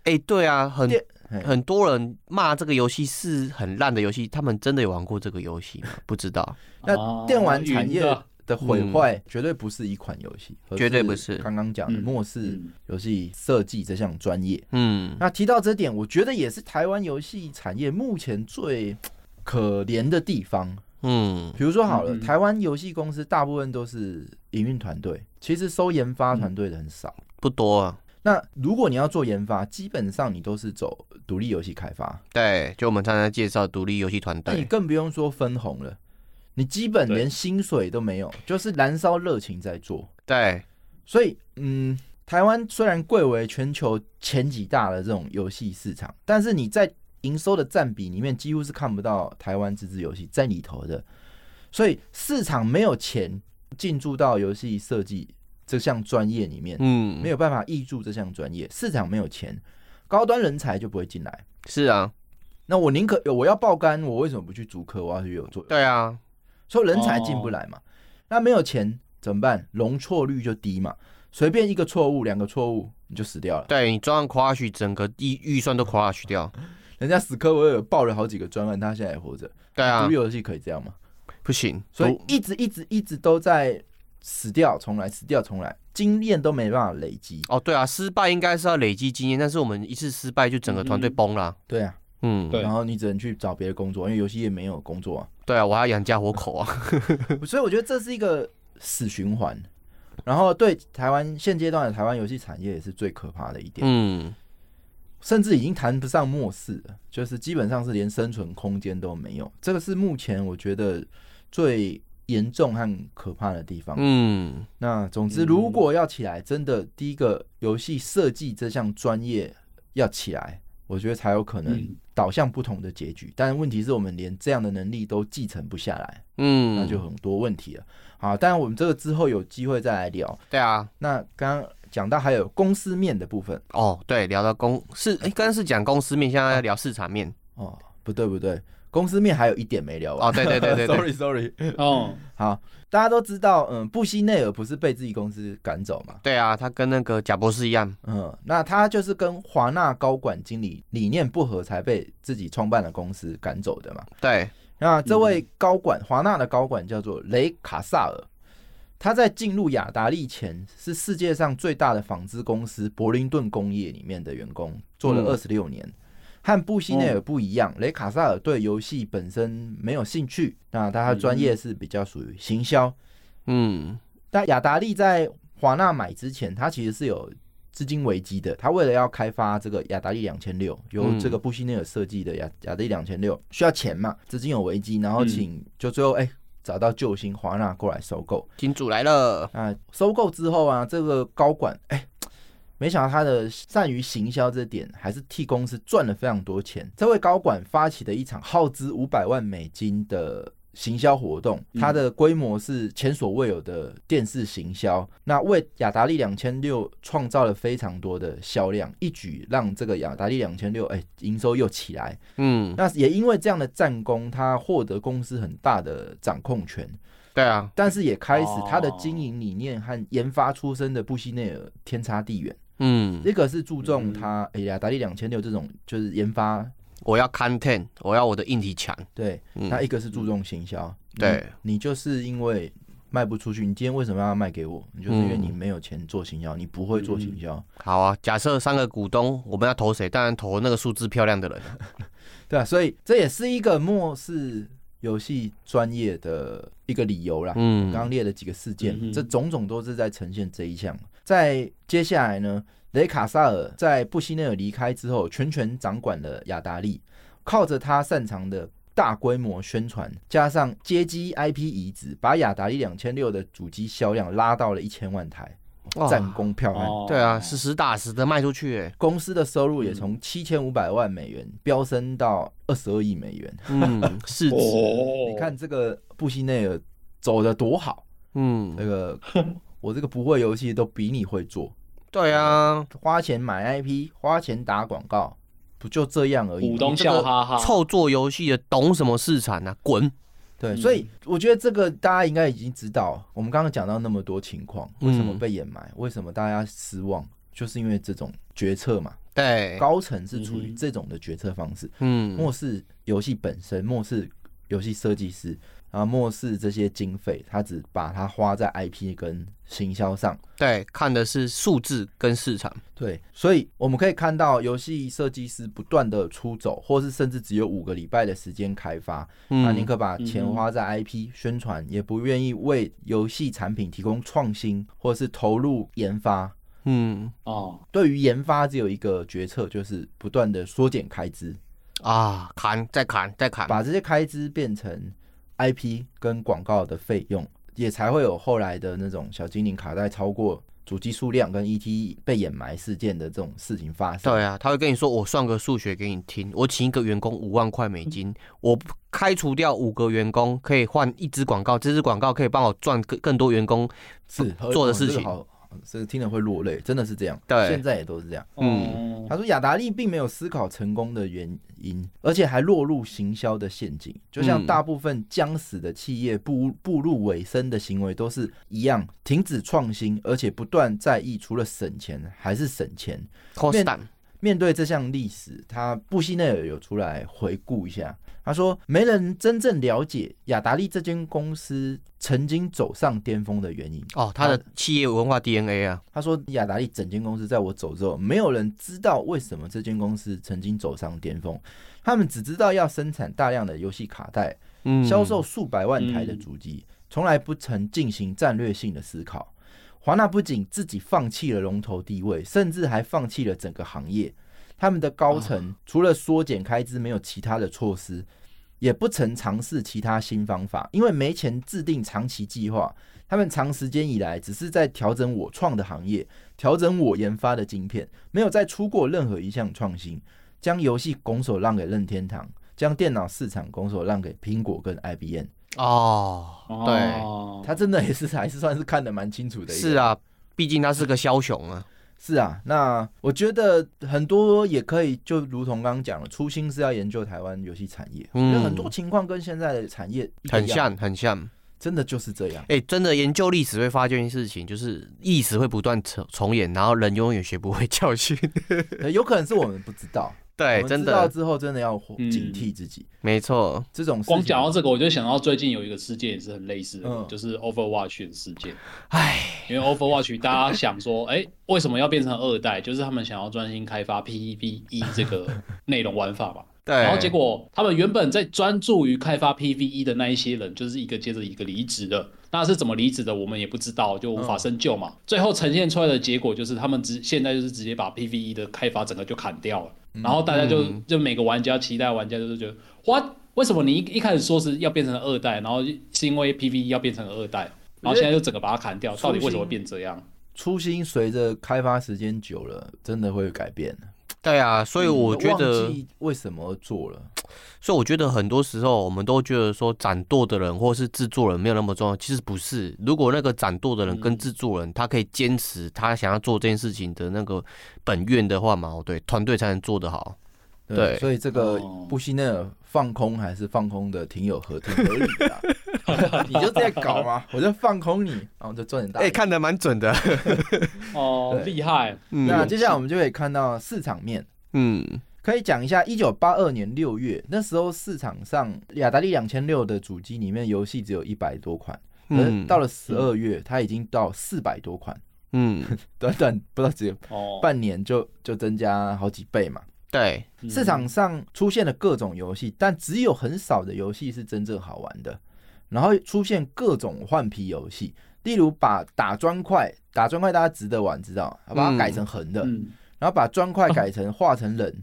S4: 哎、对啊，很
S1: 电嘿
S4: 很多人骂这个游戏是很烂的游戏，他们真的有玩过这个游戏 吗？不知道，
S1: 那电玩产业
S2: 啊云的
S1: 的毁坏绝对不是一款游戏，而
S4: 绝对不是
S1: 刚刚讲的
S2: 嗯
S1: 漠视
S2: 嗯
S1: 游戏设计这项专业。
S4: 嗯，
S1: 那提到这点，我觉得也是台湾游戏产业目前最可怜的地方。
S4: 嗯，
S1: 比如说好了，
S2: 嗯嗯
S1: 台湾游戏公司大部分都是营运团队，其实收研发
S2: 嗯
S1: 团队的很少。
S4: 不多啊，
S1: 那如果你要做研发，基本上你都是走独立游戏开发，
S4: 对，就我们常常介绍独立游戏团
S1: 那你
S4: 队，
S1: 更不用说分红了。你基本连薪水都没有，就是燃烧热情在做。
S4: 对，
S1: 所以，嗯，台湾虽然贵为全球前几大的这种游戏市场，但是你在营收的占比里面几乎是看不到台湾自制游戏在里头的，所以市场没有钱进驻到游戏设计这项专业里面，
S4: 嗯，
S1: 没有办法挹注这项专业，市场没有钱，高端人才就不会进来。
S4: 是啊，
S1: 那我宁可我要爆肝，我为什么不去主科？我要去有做，
S4: 对啊，
S1: 所以人才进不来嘛。那没有钱怎么办？容错率就低嘛，随便一个错误、两个错误你就死掉了。
S4: 对你装上 crash，整个预预算都 crash 掉，
S1: 人家史科维尔爆了好几个专案，他现在还活着。
S4: 对啊
S1: 独立，游戏可以这样吗？
S4: 不行，哦
S1: 所以
S4: 不
S1: 一直一直一直都在死掉，重来，死掉，重来，经验都没办法累积。
S4: 哦，对啊，失败应该是要累积经验，但是我们一次失败就整个团队
S2: 嗯
S4: 崩了啊，
S1: 对啊，
S4: 嗯，
S2: 对
S1: 然后你只能去找别的工作，因为游戏业没有工作啊。
S4: 对啊，我还要养家活口啊，
S1: 所以我觉得这是一个死循环。然后对台湾现阶段的台湾游戏产业也是最可怕的一点。
S4: 嗯，
S1: 甚至已经谈不上末世了，就是基本上是连生存空间都没有。这个是目前我觉得最严重和可怕的地方。
S4: 嗯，
S1: 那总之，
S2: 嗯
S1: 如果要起来，真的第一个游戏设计这项专业要起来，我觉得才有可能
S2: 嗯
S1: 导向不同的结局。但问题是我们连这样的能力都继承不下来，
S4: 嗯，
S1: 那就很多问题了。好，当然我们这个之后有机会再来聊。
S4: 对啊，
S1: 那刚刚讲到还有公司面的部分
S4: 哦，对，聊到公是，哎、刚刚是讲公司面，现在要聊市场面。
S1: 哦，不对不对，公司面还有一点没聊完。
S4: 哦，对对对对
S1: sorry
S4: 对，
S1: sorry，
S2: 哦，
S1: 好，大家都知道，嗯，布希内尔不是被自己公司赶走嘛？
S4: 对啊，他跟那个贾博士一样，
S1: 嗯，那他就是跟华纳高管经理理念不合，才被自己创办的公司赶走的嘛。
S4: 对，
S1: 那这位高管，华纳的高管叫做雷卡萨尔，他在进入雅达利前是世界上最大的纺织公司伯林顿工业里面的员工，做了
S4: 嗯
S1: 二十六年。和布希内尔不一样，雷卡萨尔对游戏本身没有兴趣，那他的专业是比较属于行销。
S4: 嗯，
S1: 但雅达利在华纳买之前，他其实是有资金危机的。他为了要开发这个雅达利两千六，由
S4: 嗯
S1: 这个布希内尔设计的雅雅达利两千六，需要钱嘛，资金有危机，然后请、就最后哎、找到救星华纳过来收购。
S4: 金主来了，
S1: 啊，收购之后啊，这个高管哎。没想到他的善于行销这点，还是替公司赚了非常多钱。这位高管发起的一场耗资五百万美金的行销活动，
S2: 嗯
S1: 它的规模是前所未有的电视行销，那为雅达利两千六创造了非常多的销量，一举让这个雅达利两千六哎营收又起来。
S4: 嗯，
S1: 那也因为这样的战功，他获得公司很大的掌控权。
S4: 对啊，
S1: 但是也开始
S2: 哦
S1: 他的经营理念和研发出身的布希内尔天差地远。
S4: 嗯，
S1: 一个是注重
S2: 嗯
S1: 他哎呀达利两千六这种就是研发，
S4: 我要 content，我要我的硬体强，
S1: 对，
S4: 嗯
S1: 那一个是注重行销。
S4: 对
S1: 你，你就是因为卖不出去，你今天为什么要卖给我？你就是因为
S4: 嗯
S1: 你没有钱做行销，你不会做行销。
S4: 好啊，假设三个股东，我们要投谁？当然投那个数字漂亮的人。
S1: 对啊，所以这也是一个漠视游戏专业的一个理由啦。
S4: 嗯，
S1: 刚刚列了几个事件，
S2: 嗯哼
S1: 这种种都是在呈现这一项。在接下来呢，雷卡萨尔在布希内尔离开之后，全权掌管了雅达利，靠着他擅长的大规模宣传，加上街机 IP 移植，把雅达利两千六的主机销量拉到了一千万台，
S4: 哇
S1: 战功票悍。
S2: 哦，
S4: 对啊，是实打实的卖出去欸，
S1: 公司的收入也
S2: 嗯
S1: 从七千五百万美元飙升到二十二亿美元。
S4: 嗯， 市值，
S2: 哦，
S1: 你看这个布希内尔走的多好，这
S4: 嗯，
S1: 个 我这个不会游戏都比你会做。
S4: 对啊，
S1: 花钱买 IP，花钱打广告，不就这样而已吗？
S2: 股东
S4: 这个
S2: 笑哈哈，
S4: 臭做游戏的懂什么市场啊？滚！
S1: 对，
S2: 嗯
S1: 所以我觉得这个大家应该已经知道。我们刚刚讲到那么多情况，为什么
S4: 嗯
S1: 被掩埋？为什么大家失望？就是因为这种决策嘛，
S4: 对，
S1: 高层是处于
S2: 哎嗯哼
S1: 这种的决策方式，
S4: 嗯，
S1: 漠视游戏本身，漠视游戏设计师，然后漠视这些经费，他只把它花在 IP 跟行销上。
S4: 对，看的是数字跟市场，
S1: 对，所以我们可以看到游戏设计师不断的出走，或是甚至只有五个礼拜的时间开发，那啊宁
S4: 嗯，
S1: 可把钱花在 IP 宣传，也不愿意为游戏产品提供创新，或是投入研发。
S4: 嗯，
S2: 哦，
S1: 对于研发，只有一个决策，就是不断的缩减开支，
S4: 啊，砍，再砍，再砍，
S1: 把这些开支变成 IP 跟广告的费用，也才会有后来的那种小精灵卡带超过主机数量跟 ET 被掩埋事件的这种事情发生。
S4: 对啊，他会跟你说，我算个数学给你听，我请一个员工五万块美金，我开除掉五个员工，可以换一支广告，这支广告可以帮我赚更更多员工。
S1: 是哦
S4: 做的事
S1: 这个
S4: 情
S1: 好，这个听了会落泪，真的是这样。
S4: 对
S1: 现在也都是这样。
S2: 嗯，
S1: 他说雅达利并没有思考成功的原因，而且还落入行销的陷阱，就像
S4: 嗯
S1: 大部分将死的企业步步入尾声的行为都是一样，停止创新，而且不断在意除了省钱还是省钱。
S4: cost down，
S1: 面对这项历史，他布希内尔有出来回顾一下。他说：“没人真正了解雅达利这间公司曾经走上巅峰的原因。
S4: 哦，他的企业文化 DNA 啊，
S1: 他说雅达利整间公司在我走之后，没有人知道为什么这间公司曾经走上巅峰，他们只知道要生产大量的游戏卡带，
S4: 嗯，
S1: 销售数百万台的主机，从来不曾进行战略性的思考。华纳不仅自己放弃了龙头地位，甚至还放弃了整个行业。他们的高层除了缩减开支，没有其他的措施，也不曾尝试其他新方法，因为没钱制定长期计划。他们长时间以来只是在调整我创的行业，调整我研发的晶片，没有再出过任何一项创新。将游戏拱手让给任天堂，将电脑市场拱手让给苹果跟 IBM。
S4: 哦，对，
S2: 哦
S1: 他真的也是还是算是看得蛮清楚的。
S4: 是，啊，毕竟他是个枭雄啊。
S1: 是啊。那我觉得很多也可以，就如同刚刚讲的，初心是要研究台湾游戏产业，
S4: 嗯
S1: 因为很多情况跟现在的产业一个
S4: 很
S1: 样，
S4: 像，很像。
S1: 真的就是这样。
S4: 哎、真的研究历史会发现一件事情，就是历史会不断重重演，然后人永远学不会教训。
S1: 呃有可能是我们不知道，
S4: 对，
S1: 我们
S4: 哎真
S1: 知道
S4: 的，
S1: 之后真的要
S2: 嗯
S1: 警惕自己、
S4: 没错。
S1: 这种事情
S2: 光讲到这个，我就想到最近有一个事件也是很类似的，
S1: 嗯
S2: 就是 Overwatch 的事件。
S4: 唉，
S2: 因为 Overwatch 大家想说，哎、为什么要变成二代？就是他们想要专心开发 PVE 这个内容玩法嘛。
S4: 对。
S2: 然后结果他们原本在专注于开发 PVE 的那一些人，就是一个接着一个离职的。那是怎么离职的，我们也不知道，就无法深究
S4: 嗯
S2: 嘛。最后呈现出来的结果就是，他们直现在就是直接把 PVE 的开发整个就砍掉了。然后大家就、
S4: 嗯
S2: 就每个玩家期待玩家就是觉得，what？为什么你一一开始说是要变成二代，然后是因为 PVE 要变成二代，然后现在就整个把它砍掉，
S1: 初心
S2: 到底为什么会变这样？
S1: 初心随着开发时间久了，真的会改变。
S4: 对啊，所以我觉得
S1: 嗯忘，记为什么做了，
S4: 所以我觉得很多时候我们都觉得说掌舵的人或是制作人没有那么重要，其实不是。如果那个掌舵的人
S1: 嗯
S4: 跟制作人，他可以坚持他想要做这件事情的那个本愿的话嘛，哦对，团队才能做得好。对
S1: 所以这个
S2: 哦
S1: 布希内尔放空还是放空的挺有合挺合理的 啊、你就这样搞嘛，我就放空你，然后就赚点大
S4: 哎、
S1: 钱。
S4: 看得蛮准的。
S2: 哦，
S1: 对
S2: 厉害！
S1: 那
S4: 嗯
S1: 接下来我们就可以看到市场面。
S4: 嗯，
S1: 可以讲一下，一九八二年六月，那时候市场上雅达利两千六的主机里面游戏只有一百多款，嗯，到
S4: 了，
S1: 了十二月，它已经到四百多款，
S4: 嗯，
S1: 短短不到只有
S2: 哦，
S1: 半年就就增加好几倍嘛。
S4: 对，
S2: 嗯
S1: 市场上出现了各种游戏，但只有很少的游戏是真正好玩的。然后出现各种换皮游戏，例如把打砖块，打砖块大家值得玩，知道？把它改成横的，
S2: 嗯，
S1: 然后把砖块改成画成 人，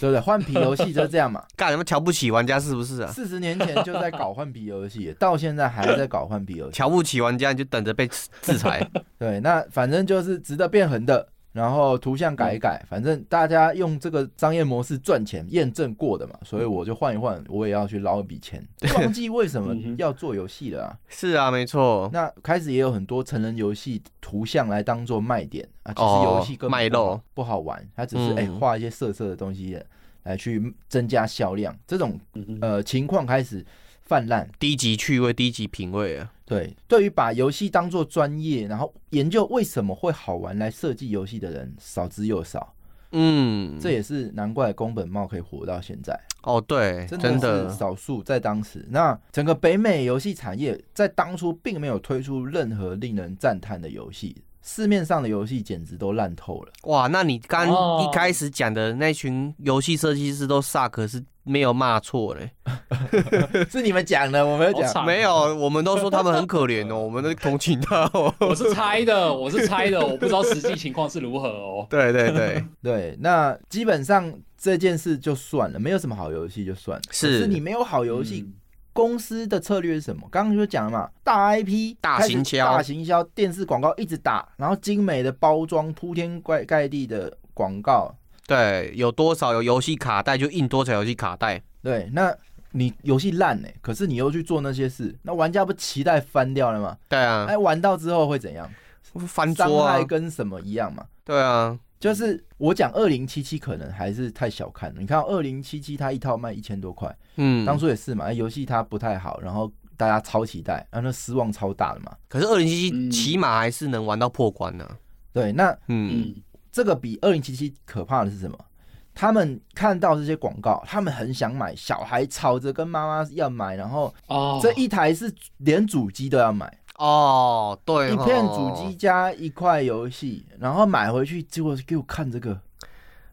S1: 对不对？换皮游戏就是这样嘛。
S4: 干什么瞧不起玩家是不是啊？
S1: 四十年前就在搞换皮游戏，到现在还在搞换皮游戏。
S4: 瞧不起玩家你就等着被制 裁。
S1: 对，那反正就是值得变横的，然后图像
S4: 嗯
S1: 改一改，反正大家用这个商业模式赚钱，验证过的嘛，所
S4: 嗯
S1: 以我就换一换，我也要去捞一笔 钱。忘记为什么
S2: 嗯哼
S1: 要做游戏了啊？
S4: 是啊，没错。
S1: 那开始也有很多成人游戏图像来当做卖点啊，其实
S4: 哦
S1: 游戏根本
S4: 卖
S1: 不好
S4: 肉
S1: 不好玩，它只是
S4: 嗯
S1: 哎画、一些色色的东西来去增加销量，这种
S2: 嗯哼
S1: 呃情况开始泛滥。
S4: 低级趣味、低级品味啊，
S1: 对，对于把游戏当做专业，然后研究为什么会好玩来设计游戏的人少之又少，
S4: 嗯，
S1: 这也是难怪宫本茂可以活到现在，
S4: 哦，对，真
S1: 真的是少数在当时。那整个北美游戏产业在当初并没有推出任何令人赞叹的游戏，市面上的游戏简直都烂透了。
S4: 哇，那你刚
S2: 哦
S4: 一开始讲的那群游戏设计师都
S1: 啊
S4: 萨克是没有骂错嘞，
S1: 是你们讲的，我没有
S2: 好
S1: 讲。
S2: 惨啊
S4: 没有，我们都说他们很可怜 哦，我们都同情他哦。
S2: 我是猜的，我是猜的，我不知道实际情况是如何哦。
S4: 对对对，
S1: 对，那基本上这件事就算了，没有什么好游戏就算了。
S4: 是
S1: 可是你没有好游
S2: 嗯
S1: 戏，公司的策略是什么？刚刚就讲了嘛，大 IP、
S4: 大
S1: 开始
S4: 行销
S1: 大行销、电视广告一直打，然后精美的包装、铺天盖盖地的广告，
S4: 对，有多少有游戏卡带就印多少游戏卡带，
S1: 对，那你游戏烂呢，可是你又去做那些事，那玩家不期待翻掉了吗？
S4: 对啊
S1: 哎，，玩到之后会怎样？
S4: 翻
S1: 伤
S4: 桌啊
S1: 害，跟什么一样嘛？
S4: 对啊，
S1: 就是我讲二零七七可能还是太小看了，你看二零七七它一套卖一千多块，
S4: 嗯，
S1: 当初也是嘛，哎游戏它不太好，然后大家超期待，啊然后那失望超大的嘛。
S4: 可是二零七七
S2: 嗯
S4: 起码还是能玩到破关呢、
S1: 对，那
S4: 嗯，
S2: 嗯，
S1: 这个比二零七七可怕的是什么？他们看到这些广告，他们很想买，小孩吵着跟妈妈要买，然后
S2: 哦，
S1: 这一台是连主机都要买，
S4: 哦，对
S1: 一
S4: 哦，
S1: 片主机加一块游戏，然后买回去，结果给我看这个，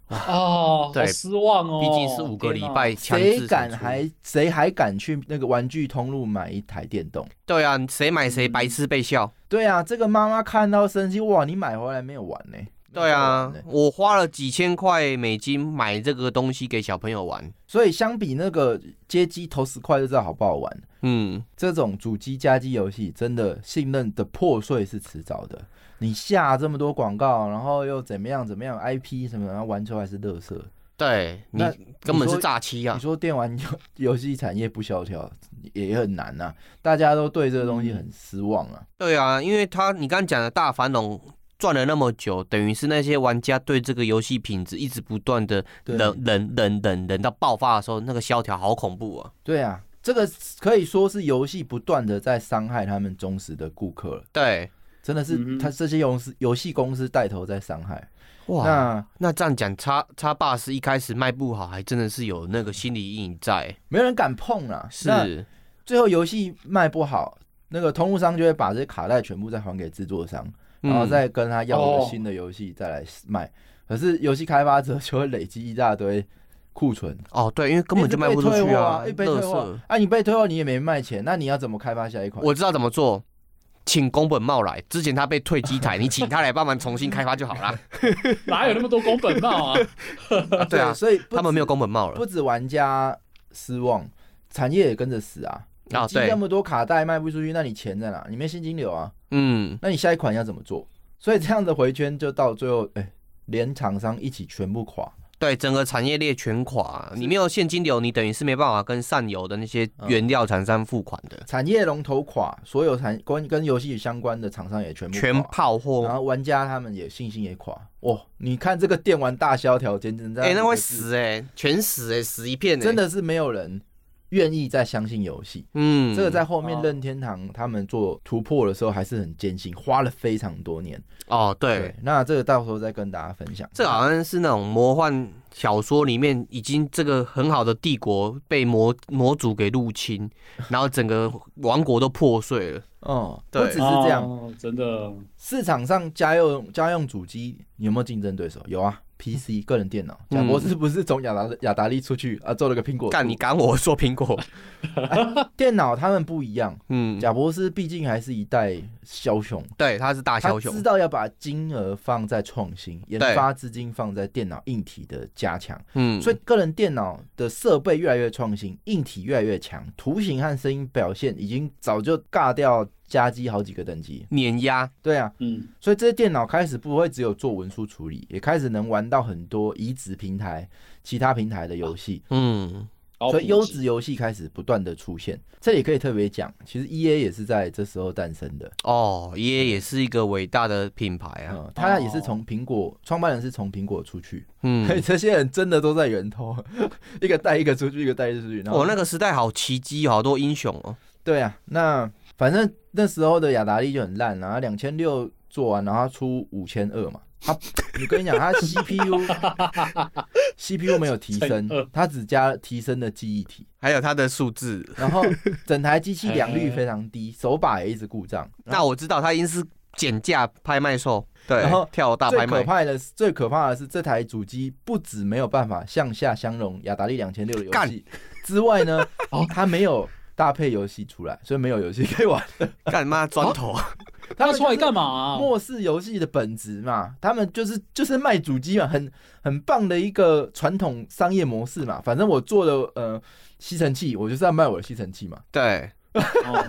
S2: 哦，
S4: 对
S2: 好失望哦，
S4: 毕竟是五个礼拜强制
S1: 哦谁
S4: 产
S1: 敢
S4: 出
S1: 还谁还敢去那个玩具通路买一台电动？
S4: 对啊，谁买
S1: 嗯
S4: 谁白痴被笑。
S1: 对啊，这个妈妈看到生气，哇，你买回来没有玩呢、
S4: 对啊
S1: 没有玩呢，
S4: 我花了几千块美金买这个东西给小朋友玩。
S1: 所以相比那个街机投十块就知道好不好玩，
S4: 嗯，
S1: 这种主机加机游戏，真的信任的破碎是迟早的。你下这么多广告，然后又怎么样怎么样 IP 什么的，然后玩出来是垃圾。
S4: 对你
S1: 那
S4: 根本
S1: 你
S4: 是
S1: 说
S4: 诈欺
S1: 你
S4: 啊！
S1: 说电玩游游戏产业不萧条也很难呐、大家都对这个东西很失望啊。
S4: 对啊，因为他你刚刚讲的大反垄赚了那么久，等于是那些玩家对这个游戏品质一直不断的
S1: 对
S4: 冷冷冷冷冷到爆发的时候，那个萧条好恐怖啊！
S1: 对啊，这个可以说是游戏不断的在伤害他们忠实的顾客了，
S4: 对，
S1: 真的是
S2: 嗯哼
S1: 他这些游戏游戏公司带头在伤害。
S4: 哇，那
S1: 那
S4: 那这样讲，叉叉爸是一开始卖不好，还真的是有那个心理阴影在，
S1: 没人敢碰啦。那
S4: 是
S1: 最后游戏卖不好，那个通路商就会把这些卡带全部再还给制作商，然后
S4: 嗯
S1: 再跟他要一个
S2: 哦
S1: 新的游戏再来卖。可是游戏开发者就会累积一大堆库存，
S4: 哦，对，因为根本就卖不出
S1: 因为
S4: 去
S1: 被退货啊，
S4: 啊，
S1: 一被退
S4: 垃圾
S1: 货啊，你被退货你也没卖钱，那你要怎么开发下一款？
S4: 我知道怎么
S1: 啊
S4: 做，请宫本茂来。之前他被退机台，你请他来帮忙重新开发就好 啦。
S2: 哪有那么多宫本茂啊？
S4: 啊对啊，
S1: 所以不
S4: 他们没有
S1: 止
S4: 宫本茂了
S1: 不。止玩家失望，产业也跟着死啊。
S4: 啊
S1: 你寄
S4: 对
S1: 那么多卡带卖不出去，那你钱在哪？你没现金流啊，
S4: 嗯，
S1: 那你下一款要怎么做？所以这样的回圈就到最后，哎、连厂商一起全部垮。
S4: 对，整个产业链全垮，你没有现金流，你等于是没办法跟上游的那些
S1: 嗯
S4: 原料厂商付款的，
S1: 产业龙头垮，所有产跟跟游戏相关的厂商也全部啊
S4: 全
S1: 垮，
S4: 泡
S1: 然
S4: 货。
S1: 后玩家他们也信心也垮。哇、你看这个电玩大萧条，简直在
S4: 哎、那会，死哎、全死哎、死一片哎、
S1: 真，的是没有人愿意再相信游戏。
S4: 嗯，
S1: 这个在后面
S2: 哦
S1: 任天堂他们做突破的时候还是很艰辛，花了非常多年。
S4: 哦，对
S1: 对，，那这个到时候再跟大家分享。
S4: 这好像是那种魔幻小说里面已经这个很好的帝国被魔魔族给入侵，然后整个王国都破碎了。
S1: 哦，不
S4: 对
S1: 只是这样，
S2: 哦，真的
S1: 市场上家用家用主机有没有竞争对手？有啊，PC 个人电脑。
S4: 嗯
S1: 贾博士不是从雅达雅达利出去啊，做了个苹果
S4: 干
S1: 兔
S4: 你赶我说 苹果，
S1: 电脑，他们不一样。
S4: 嗯，
S1: 贾博士毕竟还是一代枭雄，
S4: 对，他是大
S1: 他
S4: 枭雄
S1: 知，道要把金额放在创新，研发资金放在电脑硬体的加强。
S4: 嗯，
S1: 所以个人电脑的设备越来越创新，硬体越来越强，图形和声音表现已经早就尬掉家机好几个等级。
S4: 碾压，
S1: 对啊，
S2: 嗯，
S1: 所以这些电脑开始不会只有做文书处理，也开始能玩到很多移植平台、其他平台的游戏，
S4: 嗯，
S2: 高
S1: 所以优
S2: 品质
S1: 质游戏开始不断的出现。这里可以特别讲，其实 E A 也是在这时候诞生的，
S4: 哦，耶，也是一个伟大的品牌啊，
S1: 嗯，他也是从苹果创办人是从苹果出去，所以
S4: 嗯，
S1: 这些人真的都在源头， 一个带一个出去，一个带一个出去，然后
S4: 我哦那个时代好奇迹，好多英雄哦，
S1: 对啊，那反正那时候的雅达利就很烂然后两千六做完，然后他出五千二嘛，他我跟你讲，他 CPU CPU 没有提升
S2: 乘二，
S1: 他只加提升了记忆体，
S4: 还有他的数字，
S1: 然后整台机器良
S2: 哎
S1: 率非常低，手把也一直故障。
S4: 那我知道他应是减价拍卖售，对，
S1: 然后
S4: 跳大
S1: 最
S4: 拍
S1: 可
S4: 卖，
S1: 怕的是，最可怕的是，这台主机不止没有办法向下相容雅达利两千六的游
S4: 干
S1: 戏之外呢
S2: 哦，
S1: 它没有搭配游戏出来，所以没有游戏可以玩。
S4: 干嘛砖头？
S1: 哦他
S2: 那
S1: 们
S2: 出来
S1: 就是
S2: 干嘛啊？
S1: 末世游戏的本质嘛，他们就是就是卖主机嘛，很很棒的一个传统商业模式嘛。反正我做了呃吸尘器，我就是要卖我的吸尘器嘛。
S4: 对，
S2: 哦，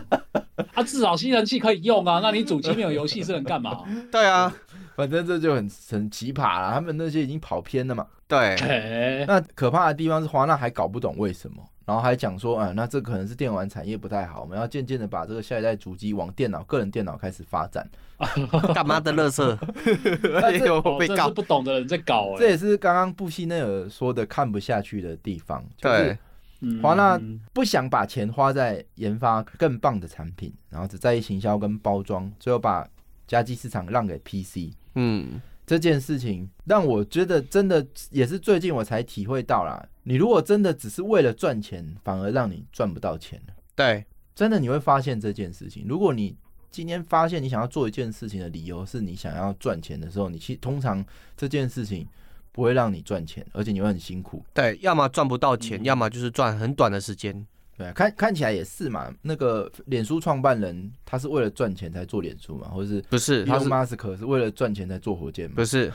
S2: 啊，至少吸尘器可以用啊。那你主机没有游戏是能 干嘛？
S4: 对啊，
S1: 反正这就很很奇葩啦，他们那些已经跑偏了嘛。
S4: 对，
S2: 哎，
S1: 那可怕的地方是华纳还搞不懂为什么，然后还讲说，啊、那这可能是电玩产业不太好，我们要渐渐的把这个下一代主机往电脑、个人电脑开始发展。
S4: 干嘛的乐色？
S1: 那这
S4: 又
S2: 哦
S4: 被
S2: 真的
S4: 告
S2: 是，不懂的人在搞
S1: 这
S2: 哎。
S1: 也是刚刚布希内尔说的看不下去的地方，就是
S4: 对，
S2: 嗯
S1: 华纳不想把钱花在研发更棒的产品，然后只在意行销跟包装，最后把家机市场让给 PC
S4: 嗯，
S1: 这件事情，让我觉得真的也是最近我才体会到啦。你如果真的只是为了赚钱，反而让你赚不到钱，
S4: 对，
S1: 真的你会发现这件事情。如果你今天发现你想要做一件事情的理由是你想要赚钱的时候，你其通常这件事情不会让你赚钱，而且你会很辛苦。
S4: 对，要么赚不到
S1: 嗯
S4: 钱，要么就是赚很短的时间。
S1: 对啊，看看起来也是嘛。那个脸书创办人，他是为了赚钱才做脸书嘛，或者是
S4: 不是，他
S1: Elon
S4: 是
S1: Musk 是为了赚钱才做火箭嘛
S4: 不？是？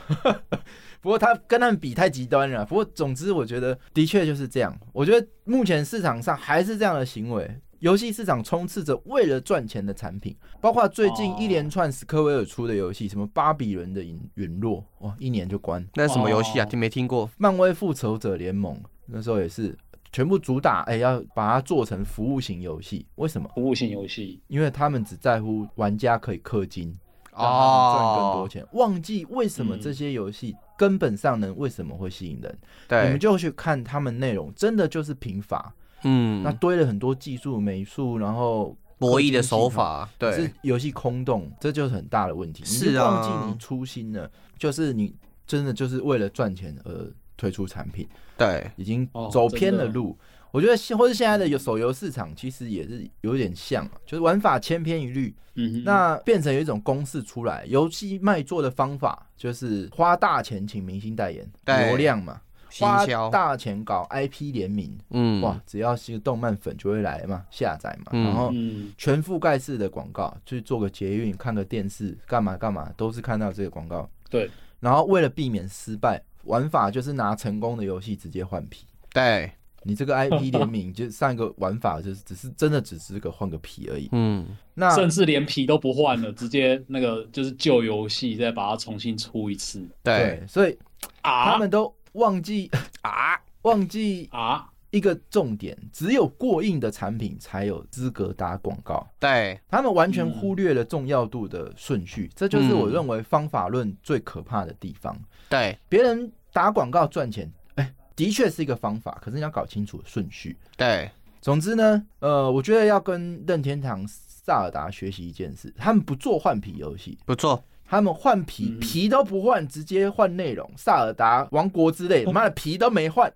S1: 不过他跟他们比太极端了啊。不过总之，我觉得的确就是这样。我觉得目前市场上还是这样的行为，游戏市场充斥着为了赚钱的产品，包括最
S4: 哦
S1: 近一连串斯科威尔出的游戏，什么《巴比伦的陨陨落》，哇，一年就关；《
S4: 那是什么游戏啊？
S2: 哦
S4: 听没听过？
S1: 漫威复仇者联盟》那时候也是全部主打，哎、要把它做成服务型游戏。为什么？
S2: 服务型游戏
S1: 因为他们只在乎玩家可以氪金，让他们赚更
S4: 哦
S1: 多钱，忘记为什
S4: 嗯
S1: 么这些游戏根本上能为什么会吸引人。你们
S4: 对，
S1: 就去看他们内容，真的就是贫乏，那
S4: 嗯，
S1: 堆了很多技术、美术，然后
S4: 博弈的手
S1: 法。
S4: 法，
S1: 可啊是
S4: 对，
S1: 游戏空洞，这就是很大的问题。
S4: 是啊
S1: 你就忘记你初心了，就是你真的就是为了赚钱而推出产品，
S4: 对，
S1: 已经
S2: 哦
S1: 走偏了
S2: 真的
S1: 路。我觉得现或是现在的有手游市场其实也是有点像啊，就是玩法千篇一律，
S2: 嗯哼，
S1: 那变成有一种公式出来。游戏卖座的方法就是花大钱请明星代言，
S4: 对
S1: 流量嘛，
S4: 行
S1: 花
S4: 销，
S1: 大钱搞 IP 联名，
S4: 嗯，
S1: 哇，只要是动漫粉就会来嘛，下载嘛，
S4: 嗯
S1: 然后
S2: 嗯，
S1: 全覆盖式的广告，去做个捷运、看个电视、干嘛干嘛，都是看到这个广告。
S2: 对，
S1: 然后为了避免失败，玩法就是拿成功的游戏直接换皮。
S4: 对，
S1: 你这个 IP 联名，就上一个玩法就是只是真的只是个换个皮而已。
S4: 嗯，
S1: 那
S2: 甚至连皮都不换了，直接那个就是旧游戏再把它重新出一次
S4: 对，
S1: 对，所以
S2: 啊，
S1: 他们都忘记啊，忘记
S2: 啊，
S1: 一个重点，只有过硬的产品才有资格打广告。
S4: 对，
S1: 他们完全忽略了重要度的顺序，这就是我
S4: 嗯
S1: 认为方法论最可怕的地方。
S2: 嗯
S4: 对，
S1: 别人打广告赚钱，哎，的确是一个方法，可是你要搞清楚顺序。
S4: 对，
S1: 总之呢，呃，我觉得要跟任天堂、萨尔达学习一件事，他们不做换皮游戏，
S4: 不错，
S1: 他们换皮
S2: 嗯
S1: 皮都不换，直接换内容。萨尔达王国之 类，妈的皮都没换，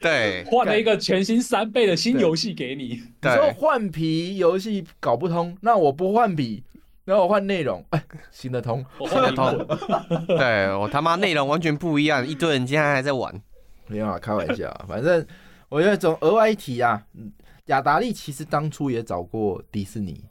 S4: 对，
S2: 换了一个全新三倍的新游戏给你，
S1: 你说
S4: 对，
S1: 换皮游戏搞不通，那我不换皮，那我换内容，哎，行得通。
S2: 我换了一
S4: 通
S2: 个，
S4: 对我他妈内容完全不一样，一堆人现在还在玩，
S1: 没有啊，开玩 笑啊，反正我觉得总额外一提啊，嗯雅达利其实当初也找过迪士尼，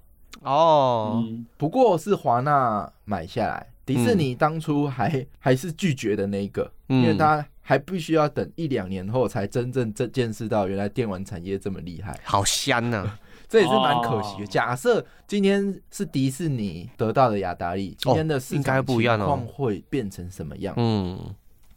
S4: 哦，
S2: 嗯，
S1: 不过是华纳买下来，迪士尼当初还、还是拒绝的那一个，
S4: 嗯
S1: 因为他还必须要等一两年后才真正这见识到原来电玩产业这么厉害，
S4: 好香啊呐，
S1: 这也是蛮可惜的。
S2: 哦
S1: 假设今天是迪士尼得到的雅达利，今天的市
S4: 应该
S1: 场
S4: 不一样
S1: 情
S4: 哦
S1: 况会变成什么样？
S4: 嗯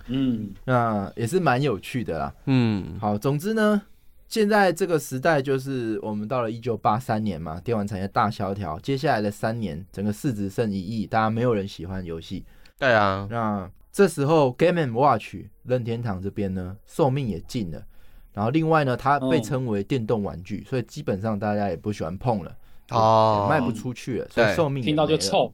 S2: 嗯，
S1: 那也是蛮有趣的啦。
S4: 嗯，
S1: 好，总之呢，现在这个时代就是我们到了一九八三年嘛，电玩产业大萧条，接下来的三年，整个市值剩一亿，大家没有人喜欢游戏。
S4: 对啊，
S1: 那这时候 Game and Watch 任天堂这边呢，寿命也尽了。然后另外呢，它被
S2: 嗯
S1: 称为电动玩具，所以基本上大家也不喜欢碰了，
S4: 哦，
S1: 也卖不出去了，所以
S4: 对
S1: 寿命也
S2: 听到就
S1: 没了。
S2: 臭，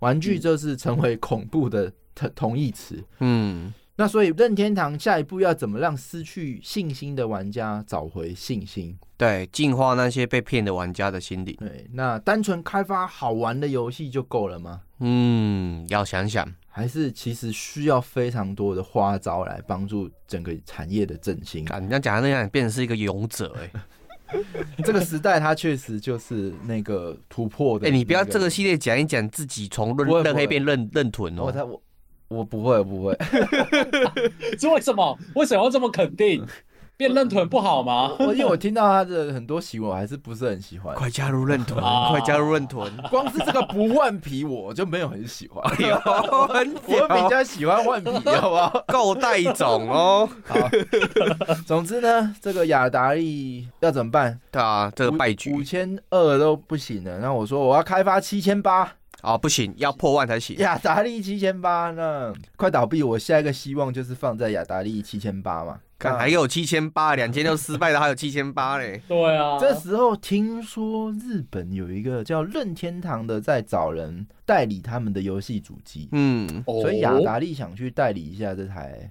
S1: 玩具就是成为恐怖的同同义词。
S4: 嗯，
S1: 那所以任天堂下一步要怎么让失去信心的玩家找回信心？
S4: 对，净化那些被骗的玩家的心理，
S1: 对，那单纯开发好玩的游戏就够了吗？
S4: 嗯，要想想，
S1: 还是其实需要非常多的花招来帮助整个产业的振 兴？
S4: 啊，你这样讲，那样变成是一个勇 者哎、欸，
S1: 这个时代它确实就是那个突破的。
S4: 哎、你不要这个系，列讲一讲自己从
S1: 不会
S4: 认认
S1: 不会
S4: 黑变认认屯
S1: 我
S4: 哦，
S1: 才我我不会我不会，
S2: 这为什么？为什么要这么肯定？变认屯不好吗？
S1: 我因为我听到他的很多行为，我还是不是很喜欢。
S4: 快加入认屯，
S2: 啊
S4: 快加入 认屯，
S1: 光是这个不换皮，我就没有很喜欢。
S4: 哎呦，很
S1: 我比
S4: 屌
S1: 较喜欢换皮，好 不好？
S4: 够带种 哦，
S1: 总之呢，这个雅达利要怎么办？
S4: 对啊，这个败
S1: 五
S4: 局
S1: 千二都不行了。那我说我要开发七千八，
S4: 啊，不行，要破万才行，
S1: 雅达利七千八，那快倒闭。我下一个希望就是放在雅达利七千八嘛。
S4: 看还有七千八，两千六失败的还有七千八嘞，
S2: 对啊，
S1: 这时候听说日本有一个叫任天堂的在找人代理他们的游戏主机，
S4: 嗯，
S2: 哦
S1: 所以雅达利想去代理一下这台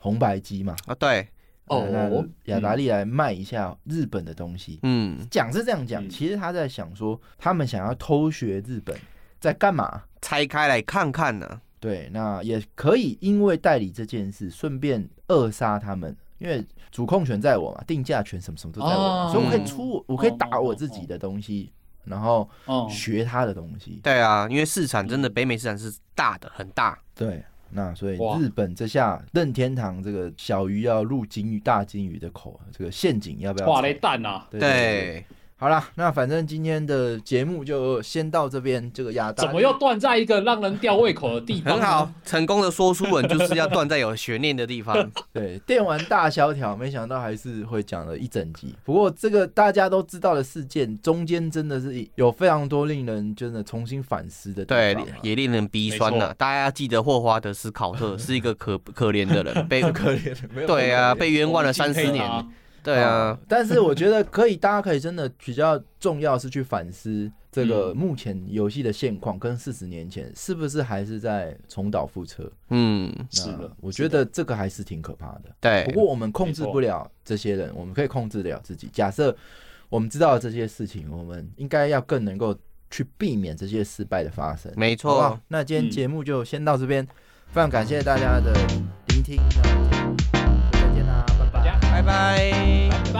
S1: 红白机嘛。
S4: 啊对，
S2: 哦
S1: 呃那雅达
S2: 利
S1: 利来卖一下日本的东西。
S4: 嗯，
S1: 讲是这样讲，
S2: 嗯
S1: 其实他在想说，他们想要偷学日本，在干嘛？
S4: 拆开来看看啊呢、
S1: 对，那也可以因为代理这件事，顺便扼杀他们，因为主控权在我嘛，定价权什么什么都在我嘛，
S2: 哦
S1: 所以我可以出我，我可以打
S2: 哦
S1: 我自己的东西，然后
S2: 哦，
S1: 学他的东西。嗯
S4: 对啊，因为市场真的北美市场是大的，很大，
S1: 对，那所以
S2: 哇
S1: 日本这下任天堂这个小鱼要入金鱼大金鱼的口，这个陷阱要不要踩？
S2: 哇嘞蛋啊，
S1: 对对对
S4: 对，
S1: 好啦，那反正今天的节目就先到这边，这个亚大
S2: 怎么又断在一个让人吊胃口的地方？
S4: 很好，，成功的说书人就是要断在有悬念的地 方。
S1: 对电玩大萧条，没想到还是会讲了一整集。不过这个大家都知道的事件，中间真的是有非常多令人真的重新反思的地
S4: 对
S1: 方啊。，
S4: 也令人鼻酸呐、
S2: 没错
S4: 大家要记得霍华德斯考 特是一个可可怜的人，被
S1: 可怜， 没有
S4: 对啊，
S1: 可怜
S4: 被冤枉了三十
S2: 敬佩
S4: 年
S2: 他。
S4: 对啊
S1: 嗯，但是我觉得可以，大家可以真的比较重要是去反思这个
S4: 嗯
S1: 目前游戏的现况跟四十年前是不是还是在重蹈覆辙。
S4: 嗯，
S2: 啊是
S1: 那
S2: 的，
S1: 我觉得这个还是挺可怕的。
S4: 对
S1: 不，过我们控制
S2: 没错
S1: 不了这些人，我们可以控制得了自己。假设我们知道了这些事情，我们应该要更能够去避免这些失败的发生。
S4: 没
S1: 好不好
S4: 错，
S1: 那今天
S2: 嗯
S1: 节目就先到这边，非常感谢大家的聆听，那我们就再见啦，拜
S2: 大
S1: 拜
S2: 家。
S4: 拜拜。
S2: 拜